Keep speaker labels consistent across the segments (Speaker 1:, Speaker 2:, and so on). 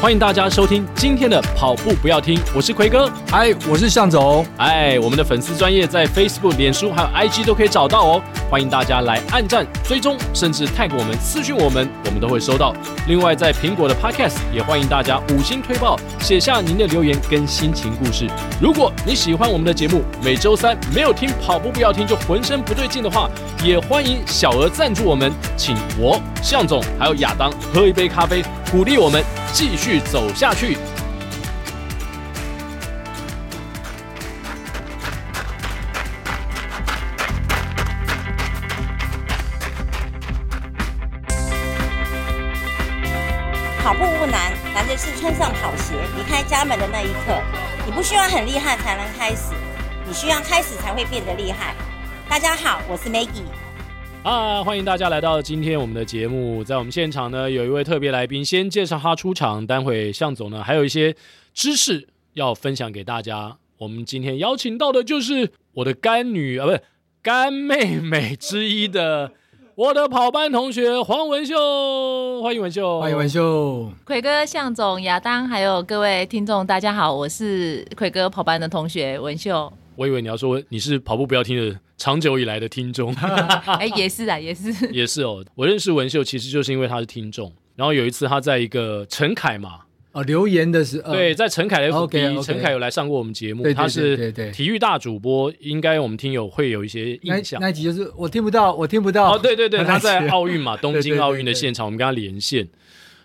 Speaker 1: 欢迎大家收听今天的跑步不要听，我是奎哥。
Speaker 2: 嗨，我是向总。
Speaker 1: 哎，我们的粉丝专业在 Facebook、脸书还有 IG 都可以找到哦，欢迎大家来按赞、追踪，甚至 tag 我们、私讯我们，我们都会收到。另外，在苹果的 Podcast 也欢迎大家五星推报，写下您的留言跟心情故事。如果你喜欢我们的节目，每周三没有听跑步不要听就浑身不对劲的话，也欢迎小额赞助我们，请我向总还有亚当喝一杯咖啡，鼓励我们继续走下去。
Speaker 3: 跑步不难，难的是穿上跑鞋，离开家门的那一刻。你不需要很厉害才能开始，你需要开始才会变得厉害。大家好，我是 Maggie。
Speaker 1: 啊，欢迎大家来到今天我们的节目。在我们现场呢，有一位特别来宾，先介绍他出场。待会向总呢，还有一些知识要分享给大家。我们今天邀请到的就是我的干女啊，不是干妹妹之一的我的跑班同学黄文秀， 欢迎文秀，
Speaker 2: 欢迎文秀。
Speaker 4: 奎哥、向总、亚当，还有各位听众，大家好，我是奎哥跑班的同学文秀。
Speaker 1: 我以为你要说你是跑步不要听的长久以来的听众。
Speaker 4: 哎、也是啊，也是。
Speaker 1: 也是哦，我认识文秀其实就是因为他是听众。然后有一次他在一个陈凯嘛，
Speaker 2: 哦，留言的是、呃
Speaker 1: 对，，在陈凯的 FB，
Speaker 2: OK，OK
Speaker 1: 陈凯有来上过我们节目，
Speaker 2: 对对对
Speaker 1: 他是
Speaker 2: 对对
Speaker 1: 体育大主播，应该我们听友会有一些
Speaker 2: 那
Speaker 1: 印象。
Speaker 2: 那一集就是我听不到，我听不到。
Speaker 1: 哦，对对对，
Speaker 2: 那
Speaker 1: 他
Speaker 2: 一集
Speaker 1: 在奥运嘛，东
Speaker 2: 对
Speaker 1: 京
Speaker 2: 对
Speaker 1: 奥运的
Speaker 2: 对
Speaker 1: 现场，我们跟他连线，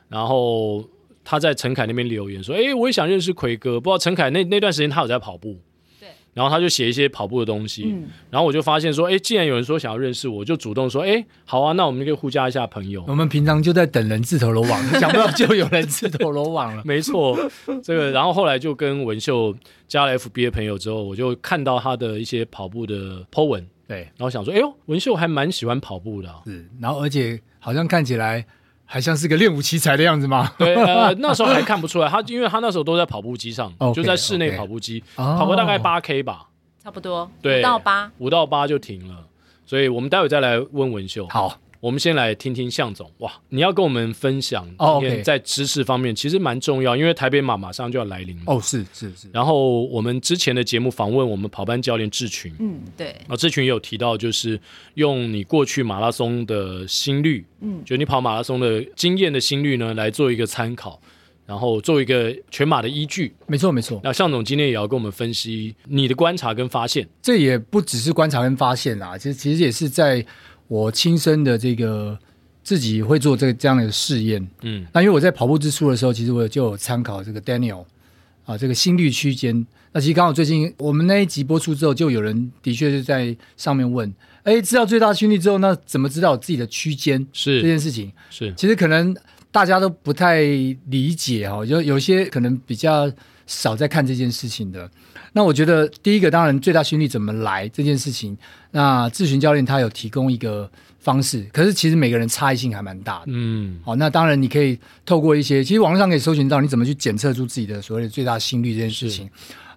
Speaker 1: 然后他在陈凯那边留言说：“哎，我也想认识奎哥。”不知道陈凯那那段时间他有在跑步，
Speaker 4: 对，
Speaker 1: 然后他就写一些跑步的东西，
Speaker 4: 嗯
Speaker 1: 然后我就发现说：“哎，既然有人说想要认识我，我就主动说：哎，好啊，那我们就可以互加一下朋友。”
Speaker 2: 我们平常就在等人字头罗网，
Speaker 1: 。
Speaker 2: 想不到就有人字头罗网了
Speaker 1: 没错，这个，然后后来就跟文秀加了 FB 的朋友之后，我就看到他的一些跑步的 po 文，
Speaker 2: 对，
Speaker 1: 然后想说，哎呦，文秀还蛮喜欢跑步的 啊、
Speaker 2: 是，然后而且好像看起来还像是个练武奇才的样子嘛。
Speaker 1: 对，呃，那时候还看不出来，他因为他那时候都在跑步机上
Speaker 2: OK，
Speaker 1: 就在室内
Speaker 2: OK
Speaker 1: 跑步机
Speaker 2: 哦
Speaker 1: 跑过大概八 K 吧，
Speaker 4: 差不多，
Speaker 1: 对
Speaker 4: 五到八。
Speaker 1: 五到八就停了。所以我们待会再来问文秀。
Speaker 2: 好，
Speaker 1: 我们先来听听向总，哇，你要跟我们分享
Speaker 2: 哦
Speaker 1: 今天
Speaker 2: OK
Speaker 1: 在知识方面其实蛮重要，因为台北马马上就要来临了。
Speaker 2: 哦，是是是，
Speaker 1: 然后我们之前的节目访问我们跑班教练志群，
Speaker 4: 嗯，对，
Speaker 1: 啊，这群也有提到，就是用你过去马拉松的心率，嗯，就你跑马拉松的经验的心率呢，来做一个参考，然后做一个全马的依据。
Speaker 2: 没错没错。
Speaker 1: 那向总今天也要跟我们分析你的观察跟发现。
Speaker 2: 这也不只是观察跟发现啦，其实其实也是在我亲身的这个自己会做这个这样的试验。
Speaker 1: 嗯，
Speaker 2: 那因为我在跑步之初的时候，其实我就有参考这个 Daniel 啊，这个心率区间。那其实刚好最近我们那一集播出之后，就有人的确是在上面问，哎，知道最大心率之后，那怎么知道自己的区间这
Speaker 1: 是
Speaker 2: 件事情？
Speaker 1: 是，
Speaker 2: 其实可能大家都不太理解哦，就有些可能比较少在看这件事情的。那我觉得第一个当然最大心率怎么来这件事情，那咨询教练他有提供一个方式，可是其实每个人差异性还蛮大的。
Speaker 1: 嗯
Speaker 2: 好，那当然你可以透过一些，其实网络上可以搜寻到你怎么去检测出自己的所谓的最大心率这件事情。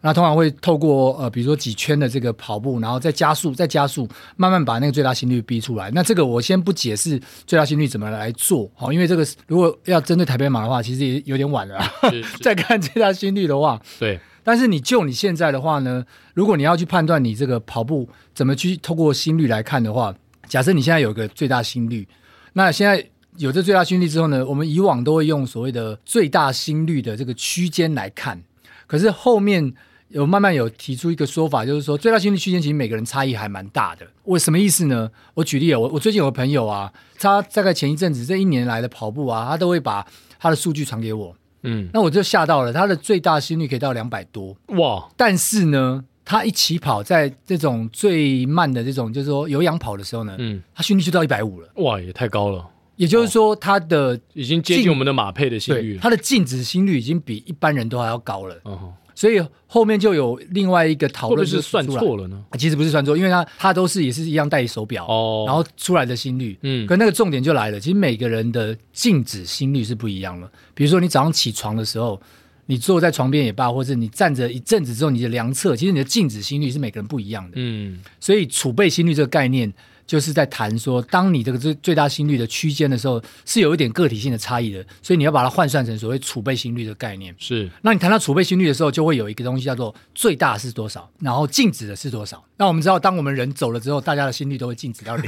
Speaker 2: 那通常会透过呃，比如说几圈的这个跑步，然后再加速，再加速，慢慢把那个最大心率逼出来。那这个我先不解释最大心率怎么来做，好、因为这个是如果要针对台北马的话，其实也有点晚了啊。
Speaker 1: 是是，
Speaker 2: 再看最大心率的话，
Speaker 1: 对，
Speaker 2: 但是你就你现在的话呢，如果你要去判断你这个跑步怎么去透过心率来看的话，假设你现在有一个最大心率，那现在有这最大心率之后呢，我们以往都会用所谓的最大心率的这个区间来看，可是后面。有慢慢有提出一个说法，就是说最大心率区间其实每个人差异还蛮大的。我什么意思呢？我举例啊，我我最近有个朋友啊，他大概前一阵子这一年来的跑步啊，他都会把他的数据传给我，
Speaker 1: 嗯，
Speaker 2: 那我就吓到了，他的最大心率可以到两百多，
Speaker 1: 哇，
Speaker 2: 但是呢，他一起跑在这种最慢的这种，就是说有氧跑的时候呢，
Speaker 1: 嗯，
Speaker 2: 他心率就到一百五了。
Speaker 1: 哇，也太高了，
Speaker 2: 也就是说，他的、
Speaker 1: 已经接近
Speaker 2: 近
Speaker 1: 我们的马配的心
Speaker 2: 对
Speaker 1: 率
Speaker 2: 他
Speaker 1: 了。
Speaker 2: 的静止心率已经比一般人都还要高了，
Speaker 1: 嗯哼，
Speaker 2: 所以后面就有另外一个讨
Speaker 1: 会不
Speaker 2: 论
Speaker 1: 会
Speaker 2: 就是
Speaker 1: 算
Speaker 2: 出来
Speaker 1: 错了呢？
Speaker 2: 其实不是算错，因为他他都是也是一样戴手表，
Speaker 1: 哦
Speaker 2: 然后出来的心率，
Speaker 1: 嗯
Speaker 2: 可那个重点就来了，其实每个人的静止心率是不一样的。比如说你早上起床的时候，你坐在床边也罢，或者你站着一阵子之后，你的量测，其实你的静止心率是每个人不一样的。
Speaker 1: 嗯，
Speaker 2: 所以储备心率这个概念，就是在谈说，当你这个最最大心率的区间的时候，是有一点个体性的差异的，所以你要把它换算成所谓储备心率的概念。
Speaker 1: 是
Speaker 2: 那你谈到储备心率的时候，就会有一个东西叫做最大是多少，然后静止的是多少。那我们知道，当我们人走了之后，大家的心率都会静止到零，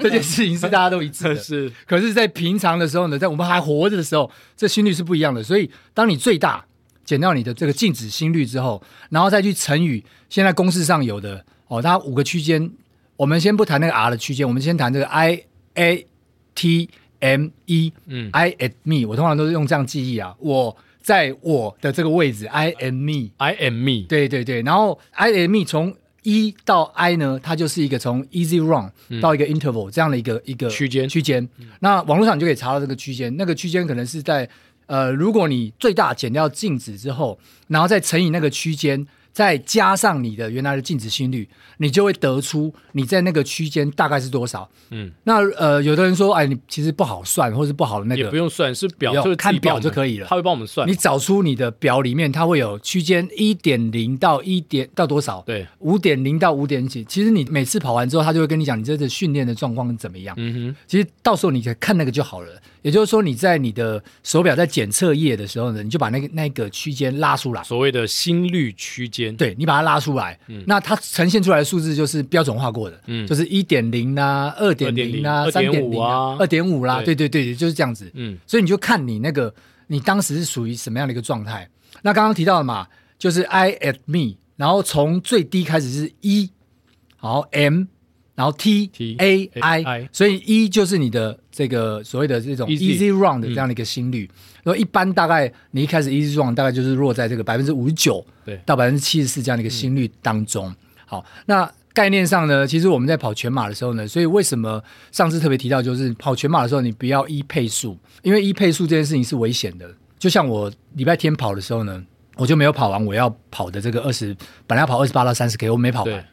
Speaker 2: 这件事情是大家都一致的。
Speaker 1: 是
Speaker 2: 可是，在平常的时候呢，在我们还活着的时候，这心率是不一样的。所以，当你最大减掉你的这个静止心率之后，然后再去乘以现在公式上有的哦，它五个区间，我们先不谈那个 R 的区间，我们先谈这个 I A T M E，
Speaker 1: 嗯
Speaker 2: 嗯，I at me，我通常都是用这样记忆啊，我在我的这个位置，I am me，
Speaker 1: I am me，
Speaker 2: 对对对，然后 I M E 从一到 I 呢，它就是一个从 easy run 到一个 interval、这样的一个一个
Speaker 1: 嗯区间嗯
Speaker 2: 区间。那网络上你就可以查到这个区间，那个区间可能是在呃，如果你最大减掉静止之后，然后再乘以那个区间。再加上你的原来的静止心率，你就会得出你在那个区间大概是多少。
Speaker 1: 嗯，
Speaker 2: 那呃，有的人说，哎，你其实不好算，或是不好的那
Speaker 1: 也
Speaker 2: 个
Speaker 1: 不，用算，是表
Speaker 2: 不用
Speaker 1: 就是
Speaker 2: 看
Speaker 1: 自己帮
Speaker 2: 表
Speaker 1: 我们
Speaker 2: 就可以了
Speaker 1: 他会帮我们算
Speaker 2: 你。找出你的表里面，它会有区间一点零到一点到多少？
Speaker 1: 对，
Speaker 2: 五点零到五点几。其实你每次跑完之后，他就会跟你讲你这次训练的状况是怎么样。
Speaker 1: 嗯
Speaker 2: 其实到时候你看那个就好了。也就是说，你在你的手表在检测页的时候呢，你就把那个那个区间拉出来
Speaker 1: 哼，。所谓的心率区间，，
Speaker 2: 对你把它拉出来，那它呈现出来的数字就是标准化过的，
Speaker 1: 嗯
Speaker 2: 就是一点零啦、二点零啦、三点
Speaker 1: 2.0
Speaker 2: 零
Speaker 1: 啊
Speaker 2: 二点五啦，
Speaker 1: 对
Speaker 2: 对对对，就是这样子。
Speaker 1: 嗯
Speaker 2: 所以你就看你那个你当时是属于什么样的一个状态。那刚刚提到的嘛，就是 I at me，然后从最低开始是一，然后 M，然后 T
Speaker 1: T
Speaker 2: A
Speaker 1: A
Speaker 2: I，
Speaker 1: I
Speaker 2: 所以一就是你的这个所谓的这种
Speaker 1: Easy
Speaker 2: easy run 的这样的一个心率。然后一般大概你一开始 easy run 大概就是落在这个百分之五十九
Speaker 1: 对
Speaker 2: 到百分之七十四这样的一
Speaker 1: 嗯
Speaker 2: 个心率当中。好，那概念上呢，其实我们在跑全马的时候呢，所以为什么上次特别提到，就是跑全马的时候你不要一配速，因为一配速这件事情是危险的。就像我礼拜天跑的时候呢，我就没有跑完我要跑的这个二十，本来要跑二十八到三十 K，我没跑
Speaker 1: 对
Speaker 2: 完，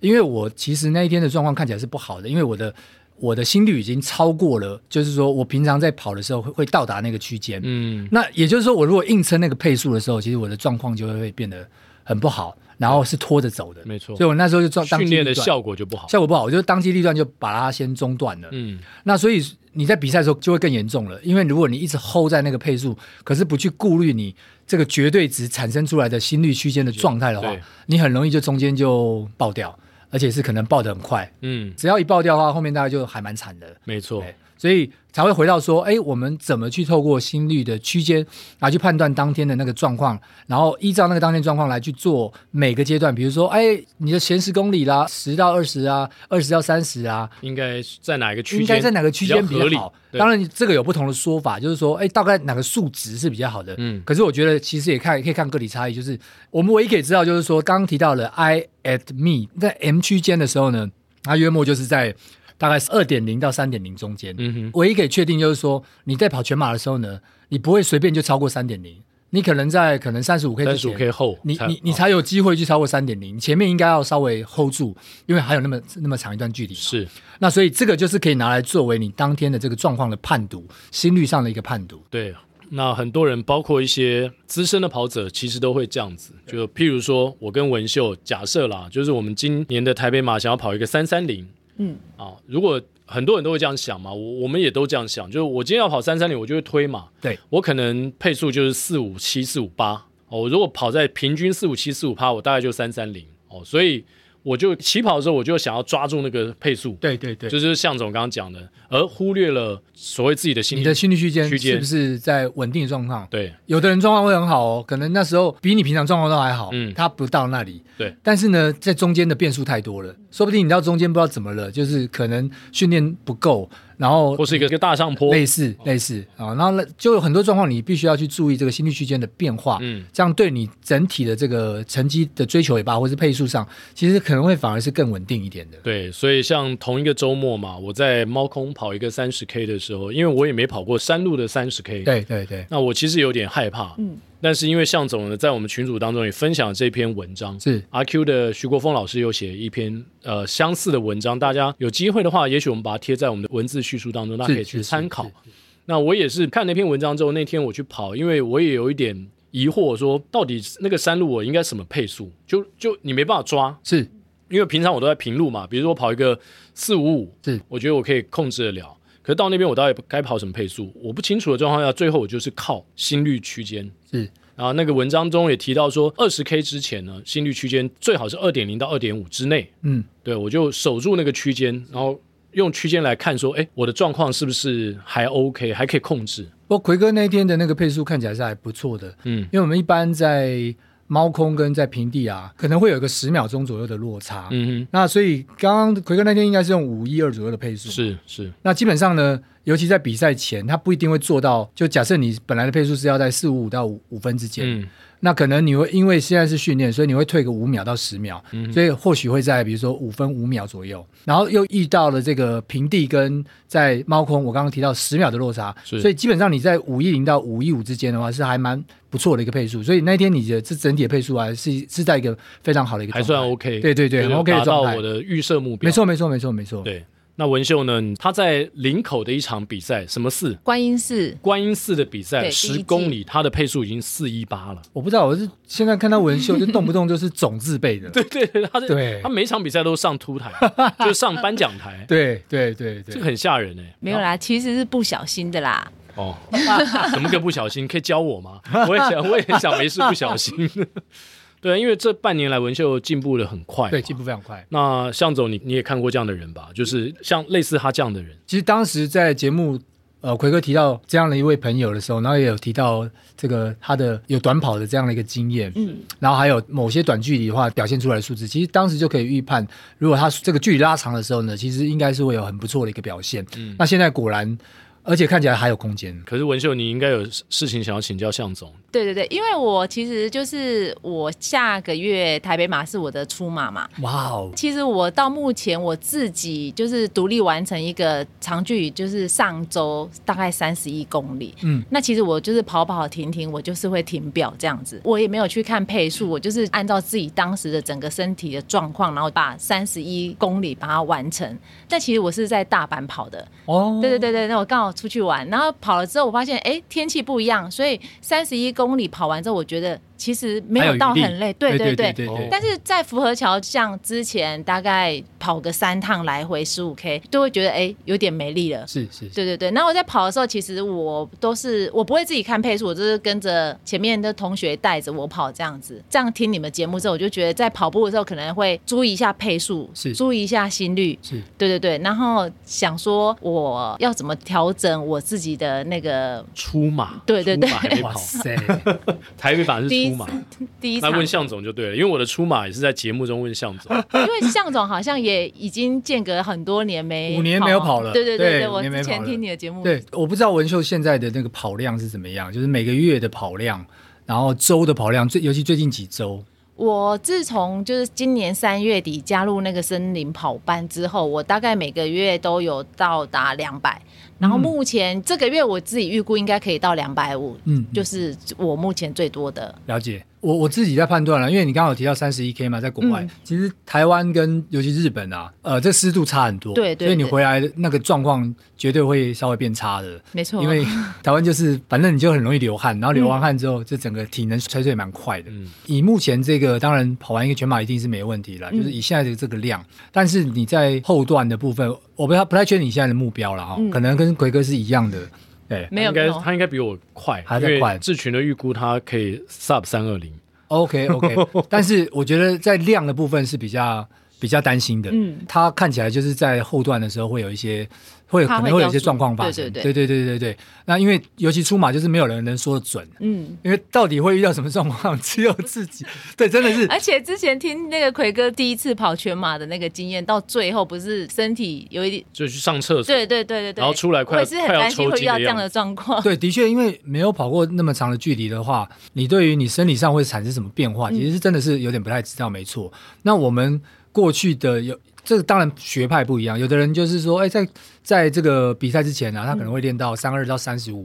Speaker 2: 因为我其实那一天的状况看起来是不好的，因为我的。我的心率已经超过了，就是说我平常在跑的时候会会到达那个区间，
Speaker 1: 嗯，
Speaker 2: 那也就是说，我如果硬撑那个配速的时候，其实我的状况就会变得很不好，然后是拖着走的。
Speaker 1: 没错
Speaker 2: 所以我那时候就当当
Speaker 1: 训
Speaker 2: 机
Speaker 1: 练
Speaker 2: 立
Speaker 1: 的
Speaker 2: 断
Speaker 1: 效果就不好。
Speaker 2: 效果不好，我就当机立断就把它先中断了。
Speaker 1: 嗯，
Speaker 2: 那所以你在比赛的时候就会更严重了，因为如果你一直 hold 在那个配速，可是不去顾虑你这个绝对值产生出来的心率区间的状态的话
Speaker 1: 对，
Speaker 2: 你很容易就中间就爆掉，而且是可能爆得很快。
Speaker 1: 嗯，
Speaker 2: 只要一爆掉的话，后面大概就还蛮惨的。
Speaker 1: 没错，
Speaker 2: 对，所以才会回到说，哎，我们怎么去透过心率的区间来去判断当天的那个状况，然后依照那个当天状况来去做每个阶段，比如说，哎，你的前十公里啦，十到二十啊，二十到三十啊。
Speaker 1: 应该是在哪一个区间？
Speaker 2: 应该在哪个区间比
Speaker 1: 比合理
Speaker 2: 较好？？
Speaker 1: 对
Speaker 2: 当，然，这个有不同的说法，就是说，哎，大概哪个数值是比较好的？
Speaker 1: 嗯
Speaker 2: 可是我觉得其实也看可以看个体差异，就是我们唯一可以知道，就是说刚刚提到了 I at me 在 M 区间的时候呢，它约莫就是在大概二点零到三点零中间。
Speaker 1: 嗯哼，
Speaker 2: 唯一可以确定就是说，你在跑全马的时候呢，你不会随便就超过三点零，你可能在可能三十五 K
Speaker 1: 三
Speaker 2: 之
Speaker 1: 十五
Speaker 2: 前
Speaker 1: K 哦后，
Speaker 2: 你你你才有机会去超过三点零，前面应该要稍微 hold 住，因为还有那么那么长一段距离嘛。
Speaker 1: 是
Speaker 2: 那所以这个就是可以拿来作为你当天的这个状况的判读，心率上的一个判读。
Speaker 1: 对。那很多人，包括一些资深的跑者，其实都会这样子。就譬如说，我跟文秀假设啦，就是我们今年的台北马想要跑一个三三零，
Speaker 4: 嗯，
Speaker 1: 啊，如果很多人都会这样想嘛，我我们也都这样想，就是我今天要跑三三零，我就会推嘛，
Speaker 2: 对
Speaker 1: 我可能配速就是四五七、四五八哦，我如果跑在平均四五七、四五八，我大概就三三零哦，所以我就起跑的时候，我就想要抓住那个配速，
Speaker 2: 对对对，
Speaker 1: 就是向总刚刚讲的，而忽略了所谓自己的心
Speaker 2: 你
Speaker 1: 理
Speaker 2: 的心率区间
Speaker 1: 区间
Speaker 2: 是不是在稳定的状况？
Speaker 1: 对
Speaker 2: 有的人状况会很好哦，可能那时候比你平常状况都还好，
Speaker 1: 嗯
Speaker 2: 他不到那里，
Speaker 1: 对
Speaker 2: 但是呢，在中间的变数太多了，说不定你到中间不知道怎么了，就是可能训练不够，然后
Speaker 1: 或是一个一个大上坡，
Speaker 2: 类似类似啊，然后呢就有很多状况你必须要去注意这个心率区间的变化，
Speaker 1: 嗯
Speaker 2: 这样对你整体的这个成绩的追求也罢，或是配速上，其实可能会反而是更稳定一点的。
Speaker 1: 对，所以像同一个周末嘛，我在猫空跑一个三十 K 的时候，因为我也没跑过山路的三十 K，
Speaker 2: 对对对，
Speaker 1: 那我其实有点害怕，嗯
Speaker 4: 嗯，
Speaker 1: 但是因为向总呢，在我们群组当中也分享这篇文章，
Speaker 2: 是
Speaker 1: 阿 Q 的徐国峰老师有写一篇呃相似的文章，大家有机会的话，也许我们把它贴在我们的文字叙述当中，大家可以去
Speaker 2: 是是
Speaker 1: 参考
Speaker 2: 是。
Speaker 1: 那我也是看那篇文章之后，那天我去跑，因为我也有一点疑惑说到底那个山路我应该什么配速？就就你没办法抓，
Speaker 2: 是
Speaker 1: 因为平常我都在平路嘛，比如说我跑一个四五五，
Speaker 2: 是
Speaker 1: 我觉得我可以控制得了。可是到那边我到底该跑什么配速，我不清楚的状况下，最后我就是靠心率区间。
Speaker 2: 是
Speaker 1: 然后那个文章中也提到说，二十 K 之前呢，心率区间最好是二点零到二点五之内。
Speaker 2: 嗯，
Speaker 1: 对我就守住那个区间，然后用区间来看说，哎，我的状况是不是还 OK，还可以控制？
Speaker 2: 不过奎哥那一天的那个配速看起来是还不错的，
Speaker 1: 嗯
Speaker 2: 因为我们一般在猫空跟在平地啊，可能会有个十秒钟左右的落差。
Speaker 1: 嗯
Speaker 2: 那所以刚刚奎哥那天应该是用五一二左右的配速，
Speaker 1: 哼，是是，
Speaker 2: 那基本上呢，尤其在比赛前，他不一定会做到。就假设你本来的配速是要在四五五到五五分之间，
Speaker 1: 嗯
Speaker 2: 那可能你会因为现在是训练，所以你会退个五秒到十秒，
Speaker 1: 嗯
Speaker 2: 所以或许会在比如说五分五秒左右，然后又遇到了这个平地跟在猫空，我刚刚提到十秒的落差，
Speaker 1: 是
Speaker 2: 所以基本上你在五一零到五一五之间的话是还蛮不错的一个配速，所以那天你的这整体的配速啊是是在一个非常好的一个
Speaker 1: 还
Speaker 2: 状态
Speaker 1: 算 OK。
Speaker 2: 对对对，
Speaker 1: 就
Speaker 2: 很
Speaker 1: 是
Speaker 2: OK 的
Speaker 1: 达到
Speaker 2: 状态
Speaker 1: 我，的预设目标。
Speaker 2: 没错没错没错没错，
Speaker 1: 对，那文秀呢？他在林口的一场比赛，什么寺？
Speaker 4: 观音寺
Speaker 1: 观音寺的比赛，
Speaker 4: 对第一
Speaker 1: 十
Speaker 4: 季
Speaker 1: 公里，他的配速已经四一八了。
Speaker 2: 我不知道，我是现在看到文秀就动不动就是总字辈 的，
Speaker 1: 对对对，他
Speaker 2: 对
Speaker 1: 是他每一场比赛都上凸台，就是上颁奖 台，
Speaker 2: 对对对
Speaker 1: 这
Speaker 2: 对
Speaker 1: 个，很吓人哎。
Speaker 4: 没有啦，其实是不小心的啦。
Speaker 1: 哦，怎么个不小心？可以教我吗？我也想，我也想没事不小心。 对，啊因为这半年来文秀进步的很快，
Speaker 2: 对进。步非常快。
Speaker 1: 那向总你，你也看过这样的人吧？就是像类似他这样的人，
Speaker 2: 其实当时在节目，呃，奎哥提到这样的一位朋友的时候，然后也有提到这个他的有短跑的这样的一个经验，嗯，然后还有某些短距离的话表现出来的数字，其实当时就可以预判，如果他这个距离拉长的时候呢，其实应该是会有很不错的一个表现。嗯，那现在果然，而且看起来还有空间。
Speaker 1: 可是文秀，你应该有事事情想要请教向总。
Speaker 4: 对对对，因为我其实就是我下个月台北马是我的出马嘛。
Speaker 2: 哇哦，
Speaker 4: 其实我到目前我自己就是独立完成一个长距离，就是上周大概三十一公里。
Speaker 2: 嗯
Speaker 4: 嗯，那其实我就是跑跑停停，我就是会停表这样子，我也没有去看配速，我就是按照自己当时的整个身体的状况，然后把三十一公里把它完成。但其实我是在大阪跑的，
Speaker 2: 哦，
Speaker 4: 对对对对，那我刚好出去玩，然后跑了之后，我发现哎天气不一样，所以三十一公里跑完之后，我觉得其实没
Speaker 2: 还有
Speaker 4: 有
Speaker 2: 余
Speaker 4: 到
Speaker 2: 力
Speaker 4: 很累，对
Speaker 2: 对
Speaker 4: 对
Speaker 2: 对对
Speaker 4: 对。
Speaker 2: 对
Speaker 1: 哦
Speaker 4: 但是在福和桥像之前大概跑个三趟来回十五 K，都会觉得哎有点没力了。
Speaker 2: 是是是，
Speaker 4: 对对对，那我在跑的时候，其实我都是我不会自己看配速，我就是跟着前面的同学带着我跑这样子。这样听你们节目之后，我就觉得在跑步的时候可能会注意一下配速，
Speaker 2: 是
Speaker 4: 注意一下心率，
Speaker 2: 是
Speaker 4: 对对对，然后想说我要怎么调整我自己的那个
Speaker 1: 出马，
Speaker 4: 对对对
Speaker 1: 出马还没
Speaker 2: 哇
Speaker 1: 跑，
Speaker 2: 塞，
Speaker 1: 台北版是
Speaker 4: 第一
Speaker 1: 出马，
Speaker 4: 第一
Speaker 1: 来
Speaker 4: 场，
Speaker 1: 问向总就对了，因为我的出马也是在节目中问向总，
Speaker 4: 因为向总好像也已经间隔很多年没
Speaker 2: 五年没有跑了
Speaker 4: 对对
Speaker 2: 对
Speaker 4: 对
Speaker 2: 五
Speaker 4: 我
Speaker 2: 年没
Speaker 4: 之前
Speaker 2: 跑了
Speaker 4: 听你的节目，
Speaker 2: 对，我不知道文秀现在的那个跑量是怎么样，就是每个月的跑量，然后周的跑量，最尤其最近几周，
Speaker 4: 我自从就是今年三月底加入那个森林跑班之后，我大概每个月都有到达两百，然
Speaker 2: 嗯
Speaker 4: 后目前这个月我自己预估应该可以到两百五，
Speaker 2: 嗯嗯
Speaker 4: 就是我目前最多的。
Speaker 2: 了解，我我自己在判断了，因为你刚好提到三十一 K 嘛，在国外，
Speaker 4: 嗯
Speaker 2: 其实台湾跟尤其日本啊，呃，这湿度差很多，
Speaker 4: 对对
Speaker 2: 所以你
Speaker 4: 对
Speaker 2: 回来的那个状况绝对会稍微变差的，
Speaker 4: 没错
Speaker 2: 因为台湾就是反正你就很容易流汗，然后
Speaker 4: 嗯
Speaker 2: 流完汗之后，这整个体能衰退蛮快的。
Speaker 1: 嗯
Speaker 2: 以目前这个，当然跑完一个全马一定是没问题
Speaker 4: 嗯
Speaker 2: 了，就是以现在的这个量，但是你在后段的部分，我不太不太确定你现在的目标了哈、
Speaker 4: 嗯
Speaker 2: 可能跟奎哥是一样的，对
Speaker 4: 没有
Speaker 1: 他应该
Speaker 4: 没有
Speaker 1: 他应该比我快，
Speaker 2: 他在快
Speaker 1: 因为志群的预估他可以 sub 三二零，
Speaker 2: OK OK，但是我觉得在量的部分是比较比较担心的。
Speaker 4: 嗯
Speaker 2: 它看起来就是在后段的时候会有一些，会有可
Speaker 4: 它会
Speaker 2: 能会有一
Speaker 4: 掉
Speaker 2: 些
Speaker 4: 速
Speaker 2: 状况发
Speaker 4: 对
Speaker 2: 生。
Speaker 4: 对
Speaker 2: 对对
Speaker 4: 对
Speaker 2: 对对对那因为尤其出马就是没有人能说得准，
Speaker 4: 嗯，
Speaker 2: 因为到底会遇到什么状况，只有自己。对，真的是
Speaker 4: 而且之前听那个奎哥第一次跑全马的那个经验，到最后不是身体有一点，
Speaker 1: 就去上厕所，
Speaker 4: 对对对对对，
Speaker 1: 然后出来快
Speaker 4: 我也是很担心会遇
Speaker 1: 快要抽
Speaker 4: 到这样
Speaker 1: 筋的样
Speaker 4: 的状况。
Speaker 2: 对，的确，因为没有跑过那么长的距离的话，你对于你生理上会产生什么变化，其实是真的是有点不太知道，没错。那我们过去的有。这个当然学派不一样，有的人就是说，哎，在在这个比赛之前啊，他可能会练到三二到三十五。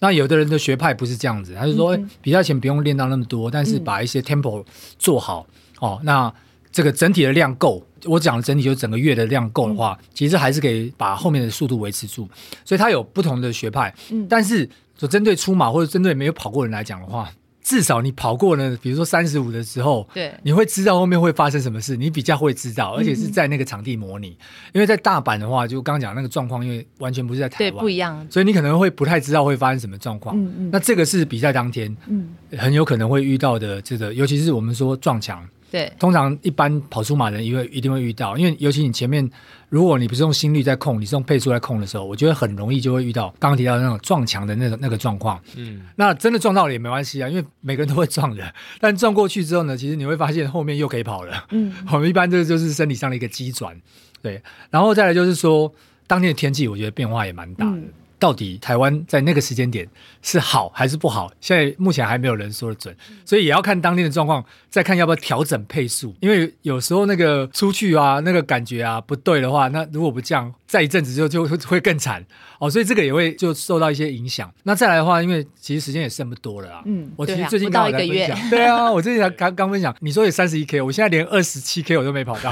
Speaker 2: 那有的人的学派不是这样子，他就说，哎，比赛前不用练到那么多，但是把一些 tempo 做好哦。那这个整体的量够，我讲的整体就是整个月的量够的话，其实还是可以把后面的速度维持住。所以它有不同的学派，但是所针对出马或者针对没有跑过的人来讲的话，至少你跑过呢，比如说三十五的时候，
Speaker 4: 对
Speaker 2: 你会知道后面会发生什么事，你比较会知道，而且是在那个场地模拟。因为在大阪的话，就刚刚讲那个状况，因为完全不是在台
Speaker 4: 对，
Speaker 2: 湾，
Speaker 4: 不一样。
Speaker 2: 所以你可能会不太知道会发生什么状况。
Speaker 4: 嗯嗯
Speaker 2: 那这个是比赛当天
Speaker 4: 嗯，
Speaker 2: 很有可能会遇到的，这个尤其是我们说撞墙，
Speaker 4: 对
Speaker 2: 通常一般跑出马的人一会一定会遇到，因为尤其你前面如果你不是用心率在控，你是用配速在控的时候，我觉得很容易就会遇到刚刚提到的那种撞墙的那种那个状况。
Speaker 1: 嗯，
Speaker 2: 那真的撞到了也没关系啊，因为每个人都会撞的。 但撞过去之后呢，其实你会发现后面又可以跑了。
Speaker 4: 嗯，
Speaker 2: 我们一般这个就是身体上的一个机转，对。然后再来就是说，当天的天气我觉得变化也蛮大的。
Speaker 4: 嗯
Speaker 2: 到底台湾在那个时间点是好还是不好？现在目前还没有人说的准，
Speaker 4: 嗯
Speaker 2: 所以也要看当天的状况，再看要不要调整配速。因为有时候那个出去啊，那个感觉啊不对的话，那如果不降，再一阵子就就会会更惨哦。所以这个也会就受到一些影响。那再来的话，因为其实时间也剩不多了啊。
Speaker 4: 嗯
Speaker 2: 我其
Speaker 4: 对
Speaker 2: 实
Speaker 4: 啊
Speaker 2: 最近
Speaker 4: 不到
Speaker 2: 刚好
Speaker 4: 一个
Speaker 2: 在分
Speaker 4: 月
Speaker 2: 享对啊，我最近才刚刚分享，你说有三十一 K，我现在连二十七 K 我都没跑到，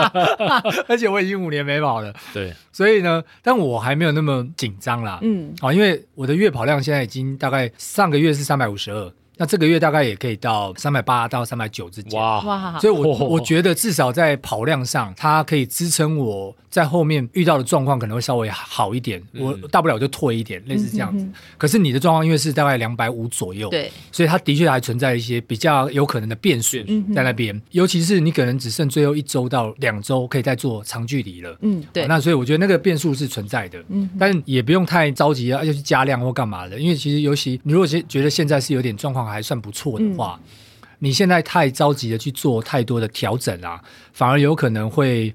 Speaker 2: 而且我已经五年没跑了。
Speaker 1: 对，
Speaker 2: 所以呢，但我还没有那么紧张啦。
Speaker 4: 嗯
Speaker 2: 哦，因为我的月跑量现在已经大概上个月是三百五十二，那这个月大概也可以到三百八到三百九之间。
Speaker 1: 哇，
Speaker 4: 哇，
Speaker 2: 所以我，我、
Speaker 1: 哦
Speaker 2: 觉得至少在跑量上，它可以支撑我在后面遇到的状况可能会稍微好一点。
Speaker 1: 嗯
Speaker 2: 我大不了就退一点，类似这样子。
Speaker 4: 嗯嗯嗯
Speaker 2: 可是你的状况因为是大概两百五左右，
Speaker 4: 对，
Speaker 2: 所以它的确还存在一些比较有可能的变数
Speaker 1: 变
Speaker 4: 嗯
Speaker 1: 数
Speaker 2: 在那边，尤其是你可能只剩最后一周到两周可以再做长距离了。
Speaker 4: 嗯
Speaker 2: 哦
Speaker 4: 对，
Speaker 2: 那所以我觉得那个变数是存在的，
Speaker 4: 嗯
Speaker 2: 但也不用太着急啊，要去加量或干嘛的，因为其实尤其你如果是觉得现在是有点状况还算不错的话，
Speaker 4: 嗯
Speaker 2: 你现在太着急的去做太多的调整啊，反而有可能会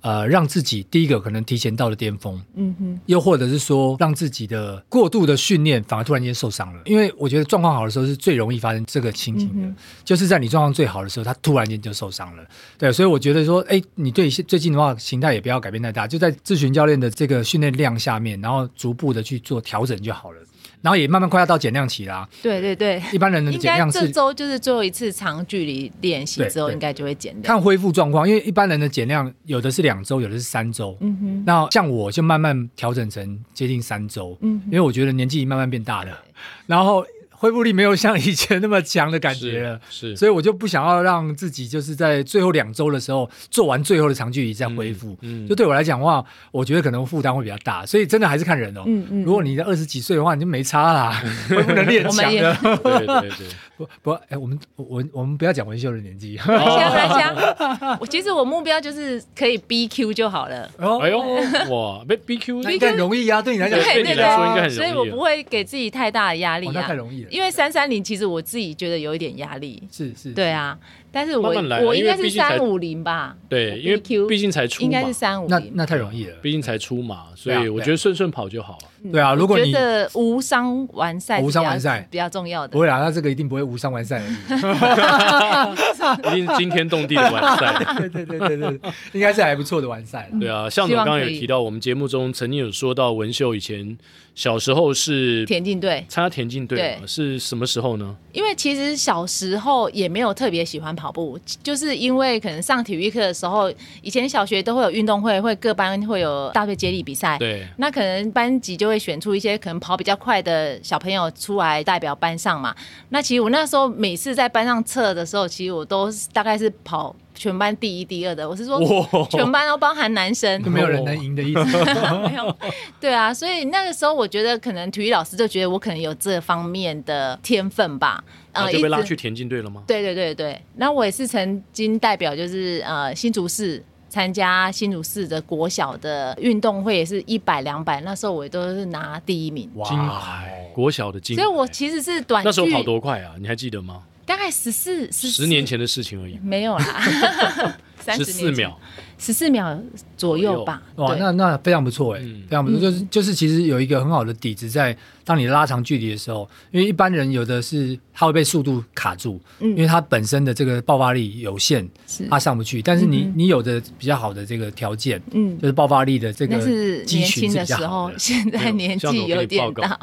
Speaker 2: 呃让自己第一个可能提前到了巅峰，
Speaker 4: 嗯哼，
Speaker 2: 又或者是说让自己的过度的训练反而突然间受伤了，因为我觉得状况好的时候是最容易发生这个情形的，
Speaker 4: 嗯
Speaker 2: 就是在你状况最好的时候，他突然间就受伤了。对，所以我觉得说，哎，你对现最近的话形态也不要改变太大，就在咨询教练的这个训练量下面，然后逐步的去做调整就好了。然后也慢慢快要到减量期啦、
Speaker 4: 对对对。
Speaker 2: 一般人的
Speaker 4: 应
Speaker 2: 减
Speaker 4: 该
Speaker 2: 量
Speaker 4: 这
Speaker 2: 是
Speaker 4: 周就是最后一次长距离练习
Speaker 2: 对
Speaker 4: 之后，
Speaker 2: 对
Speaker 4: 应该就会减掉。
Speaker 2: 看恢复状况，因为一般人的减量有的是两周，有的是三周。
Speaker 4: 嗯哼，
Speaker 2: 那像我就慢慢调整成接近三周，
Speaker 4: 嗯哼
Speaker 2: 因为我觉得年纪慢慢变大了，然后恢复力没有像以前那么强的感觉了
Speaker 1: 是。是，
Speaker 2: 所以我就不想要让自己就是在最后两周的时候做完最后的长距离再恢复，
Speaker 1: 嗯嗯
Speaker 2: 就对我来讲的话，我觉得可能负担会比较大，所以真的还是看人哦。
Speaker 4: 嗯嗯
Speaker 2: 如果你在二十几岁的话，你就没差啦，
Speaker 1: 嗯
Speaker 2: 恢复能力很
Speaker 4: 我们
Speaker 2: 强
Speaker 4: 也
Speaker 2: 的。
Speaker 1: 对对 对，
Speaker 2: 不不，哎，我们我我们不要讲文秀的年纪。
Speaker 4: 来香来香，我其实我目标就是可以 BQ 就好了。
Speaker 2: 哦
Speaker 1: 哎，呦，哇，被 BQ
Speaker 2: 那应该很容易啊，对你来讲，
Speaker 1: 对
Speaker 4: 对
Speaker 1: 你来说应该很容易
Speaker 4: 所以我不会给自己太大的压力
Speaker 2: 哦那
Speaker 4: 啊
Speaker 2: 太。容易了，
Speaker 4: 因为三三零其实我自己觉得有一点压力，
Speaker 2: 是是，
Speaker 4: 对啊，但是我
Speaker 1: 慢慢来啊
Speaker 4: 我应该
Speaker 1: 因为
Speaker 4: 是
Speaker 1: 毕竟才
Speaker 4: 三五零吧，
Speaker 1: 对，因为
Speaker 4: BQ
Speaker 1: 毕竟才出
Speaker 4: 应该
Speaker 1: 嘛
Speaker 4: 是，三五
Speaker 2: 那
Speaker 4: 零。
Speaker 2: 那太容易了。
Speaker 1: 毕竟才出嘛，所
Speaker 2: 对啊
Speaker 1: 以我觉得顺顺跑就好了。
Speaker 2: 对啊，如果
Speaker 4: 觉
Speaker 2: 你
Speaker 4: 得无伤完赛是比较，
Speaker 2: 无伤完赛
Speaker 4: 比较重要
Speaker 2: 不
Speaker 4: 的。
Speaker 2: 会啦，他这个一定不会无伤完赛而已。
Speaker 1: 一定是惊天动地的完 赛。
Speaker 2: 对对对对对，对应该是还不错的完
Speaker 4: 嗯
Speaker 2: 赛啦。
Speaker 1: 对啊，向总刚刚有提到，我们节目中曾经有说到文秀以前小时候是
Speaker 4: 田径队，
Speaker 1: 参加田径队嘛，是什么时候呢？
Speaker 4: 因为其实小时候也没有特别喜欢跑步，就是因为可能上体育课的时候，以前小学都会有运动会，会各班会有大队接力比赛，
Speaker 1: 对，
Speaker 4: 那可能班级就会选出一些可能跑比较快的小朋友出来代表班上嘛。那其实我那时候每次在班上测的时候，其实我都是大概是跑全班第一、第二的。我是说
Speaker 1: 哇
Speaker 4: 全班都包含男生
Speaker 2: 就，没有人能赢的意思。
Speaker 4: 没有。 对啊，所以那个时候我觉得可能体育老师就觉得我可能有这方面的天分吧。
Speaker 1: 然
Speaker 4: 呃
Speaker 1: 后啊就
Speaker 4: 一
Speaker 1: 被拉
Speaker 4: 直
Speaker 1: 去田径队了吗？
Speaker 4: 对对对对，那我也是曾经代表就是呃新竹市参加新竹市的国小的运动会，也是一百两百，那时候我都是拿第一名。
Speaker 1: 金牌，国小的金牌，
Speaker 4: 所以我其实是短
Speaker 1: 那时候
Speaker 4: 距
Speaker 1: 跑多快啊？你还记得吗？
Speaker 4: 大概十四
Speaker 1: 十年前的事情而已，
Speaker 4: 没 有啦，三
Speaker 1: 十四秒，
Speaker 4: 十四秒左右吧。
Speaker 2: 哇，
Speaker 4: 对
Speaker 2: 那那非常不错哎、
Speaker 1: 嗯
Speaker 2: 非常不错，就是就是其实有一个很好的底子在，当你拉长距离的时候，因为一般人有的是他会被速度卡住，
Speaker 4: 嗯
Speaker 2: 因为他本身的这个爆发力有限，
Speaker 4: 是
Speaker 2: 他上不去。但是你、
Speaker 4: 嗯
Speaker 2: 你有的比较好的这个条件，
Speaker 4: 嗯
Speaker 2: 就，是爆发力的这个
Speaker 4: 那是
Speaker 2: 肌
Speaker 4: 年
Speaker 2: 群
Speaker 4: 轻
Speaker 2: 是
Speaker 4: 的
Speaker 2: 比较
Speaker 4: 时
Speaker 2: 好
Speaker 4: 候
Speaker 2: 的，。
Speaker 4: 现在年
Speaker 1: 这样子
Speaker 4: 纪
Speaker 1: 我跟
Speaker 4: 有
Speaker 1: 你报
Speaker 4: 点
Speaker 1: 告
Speaker 4: 大。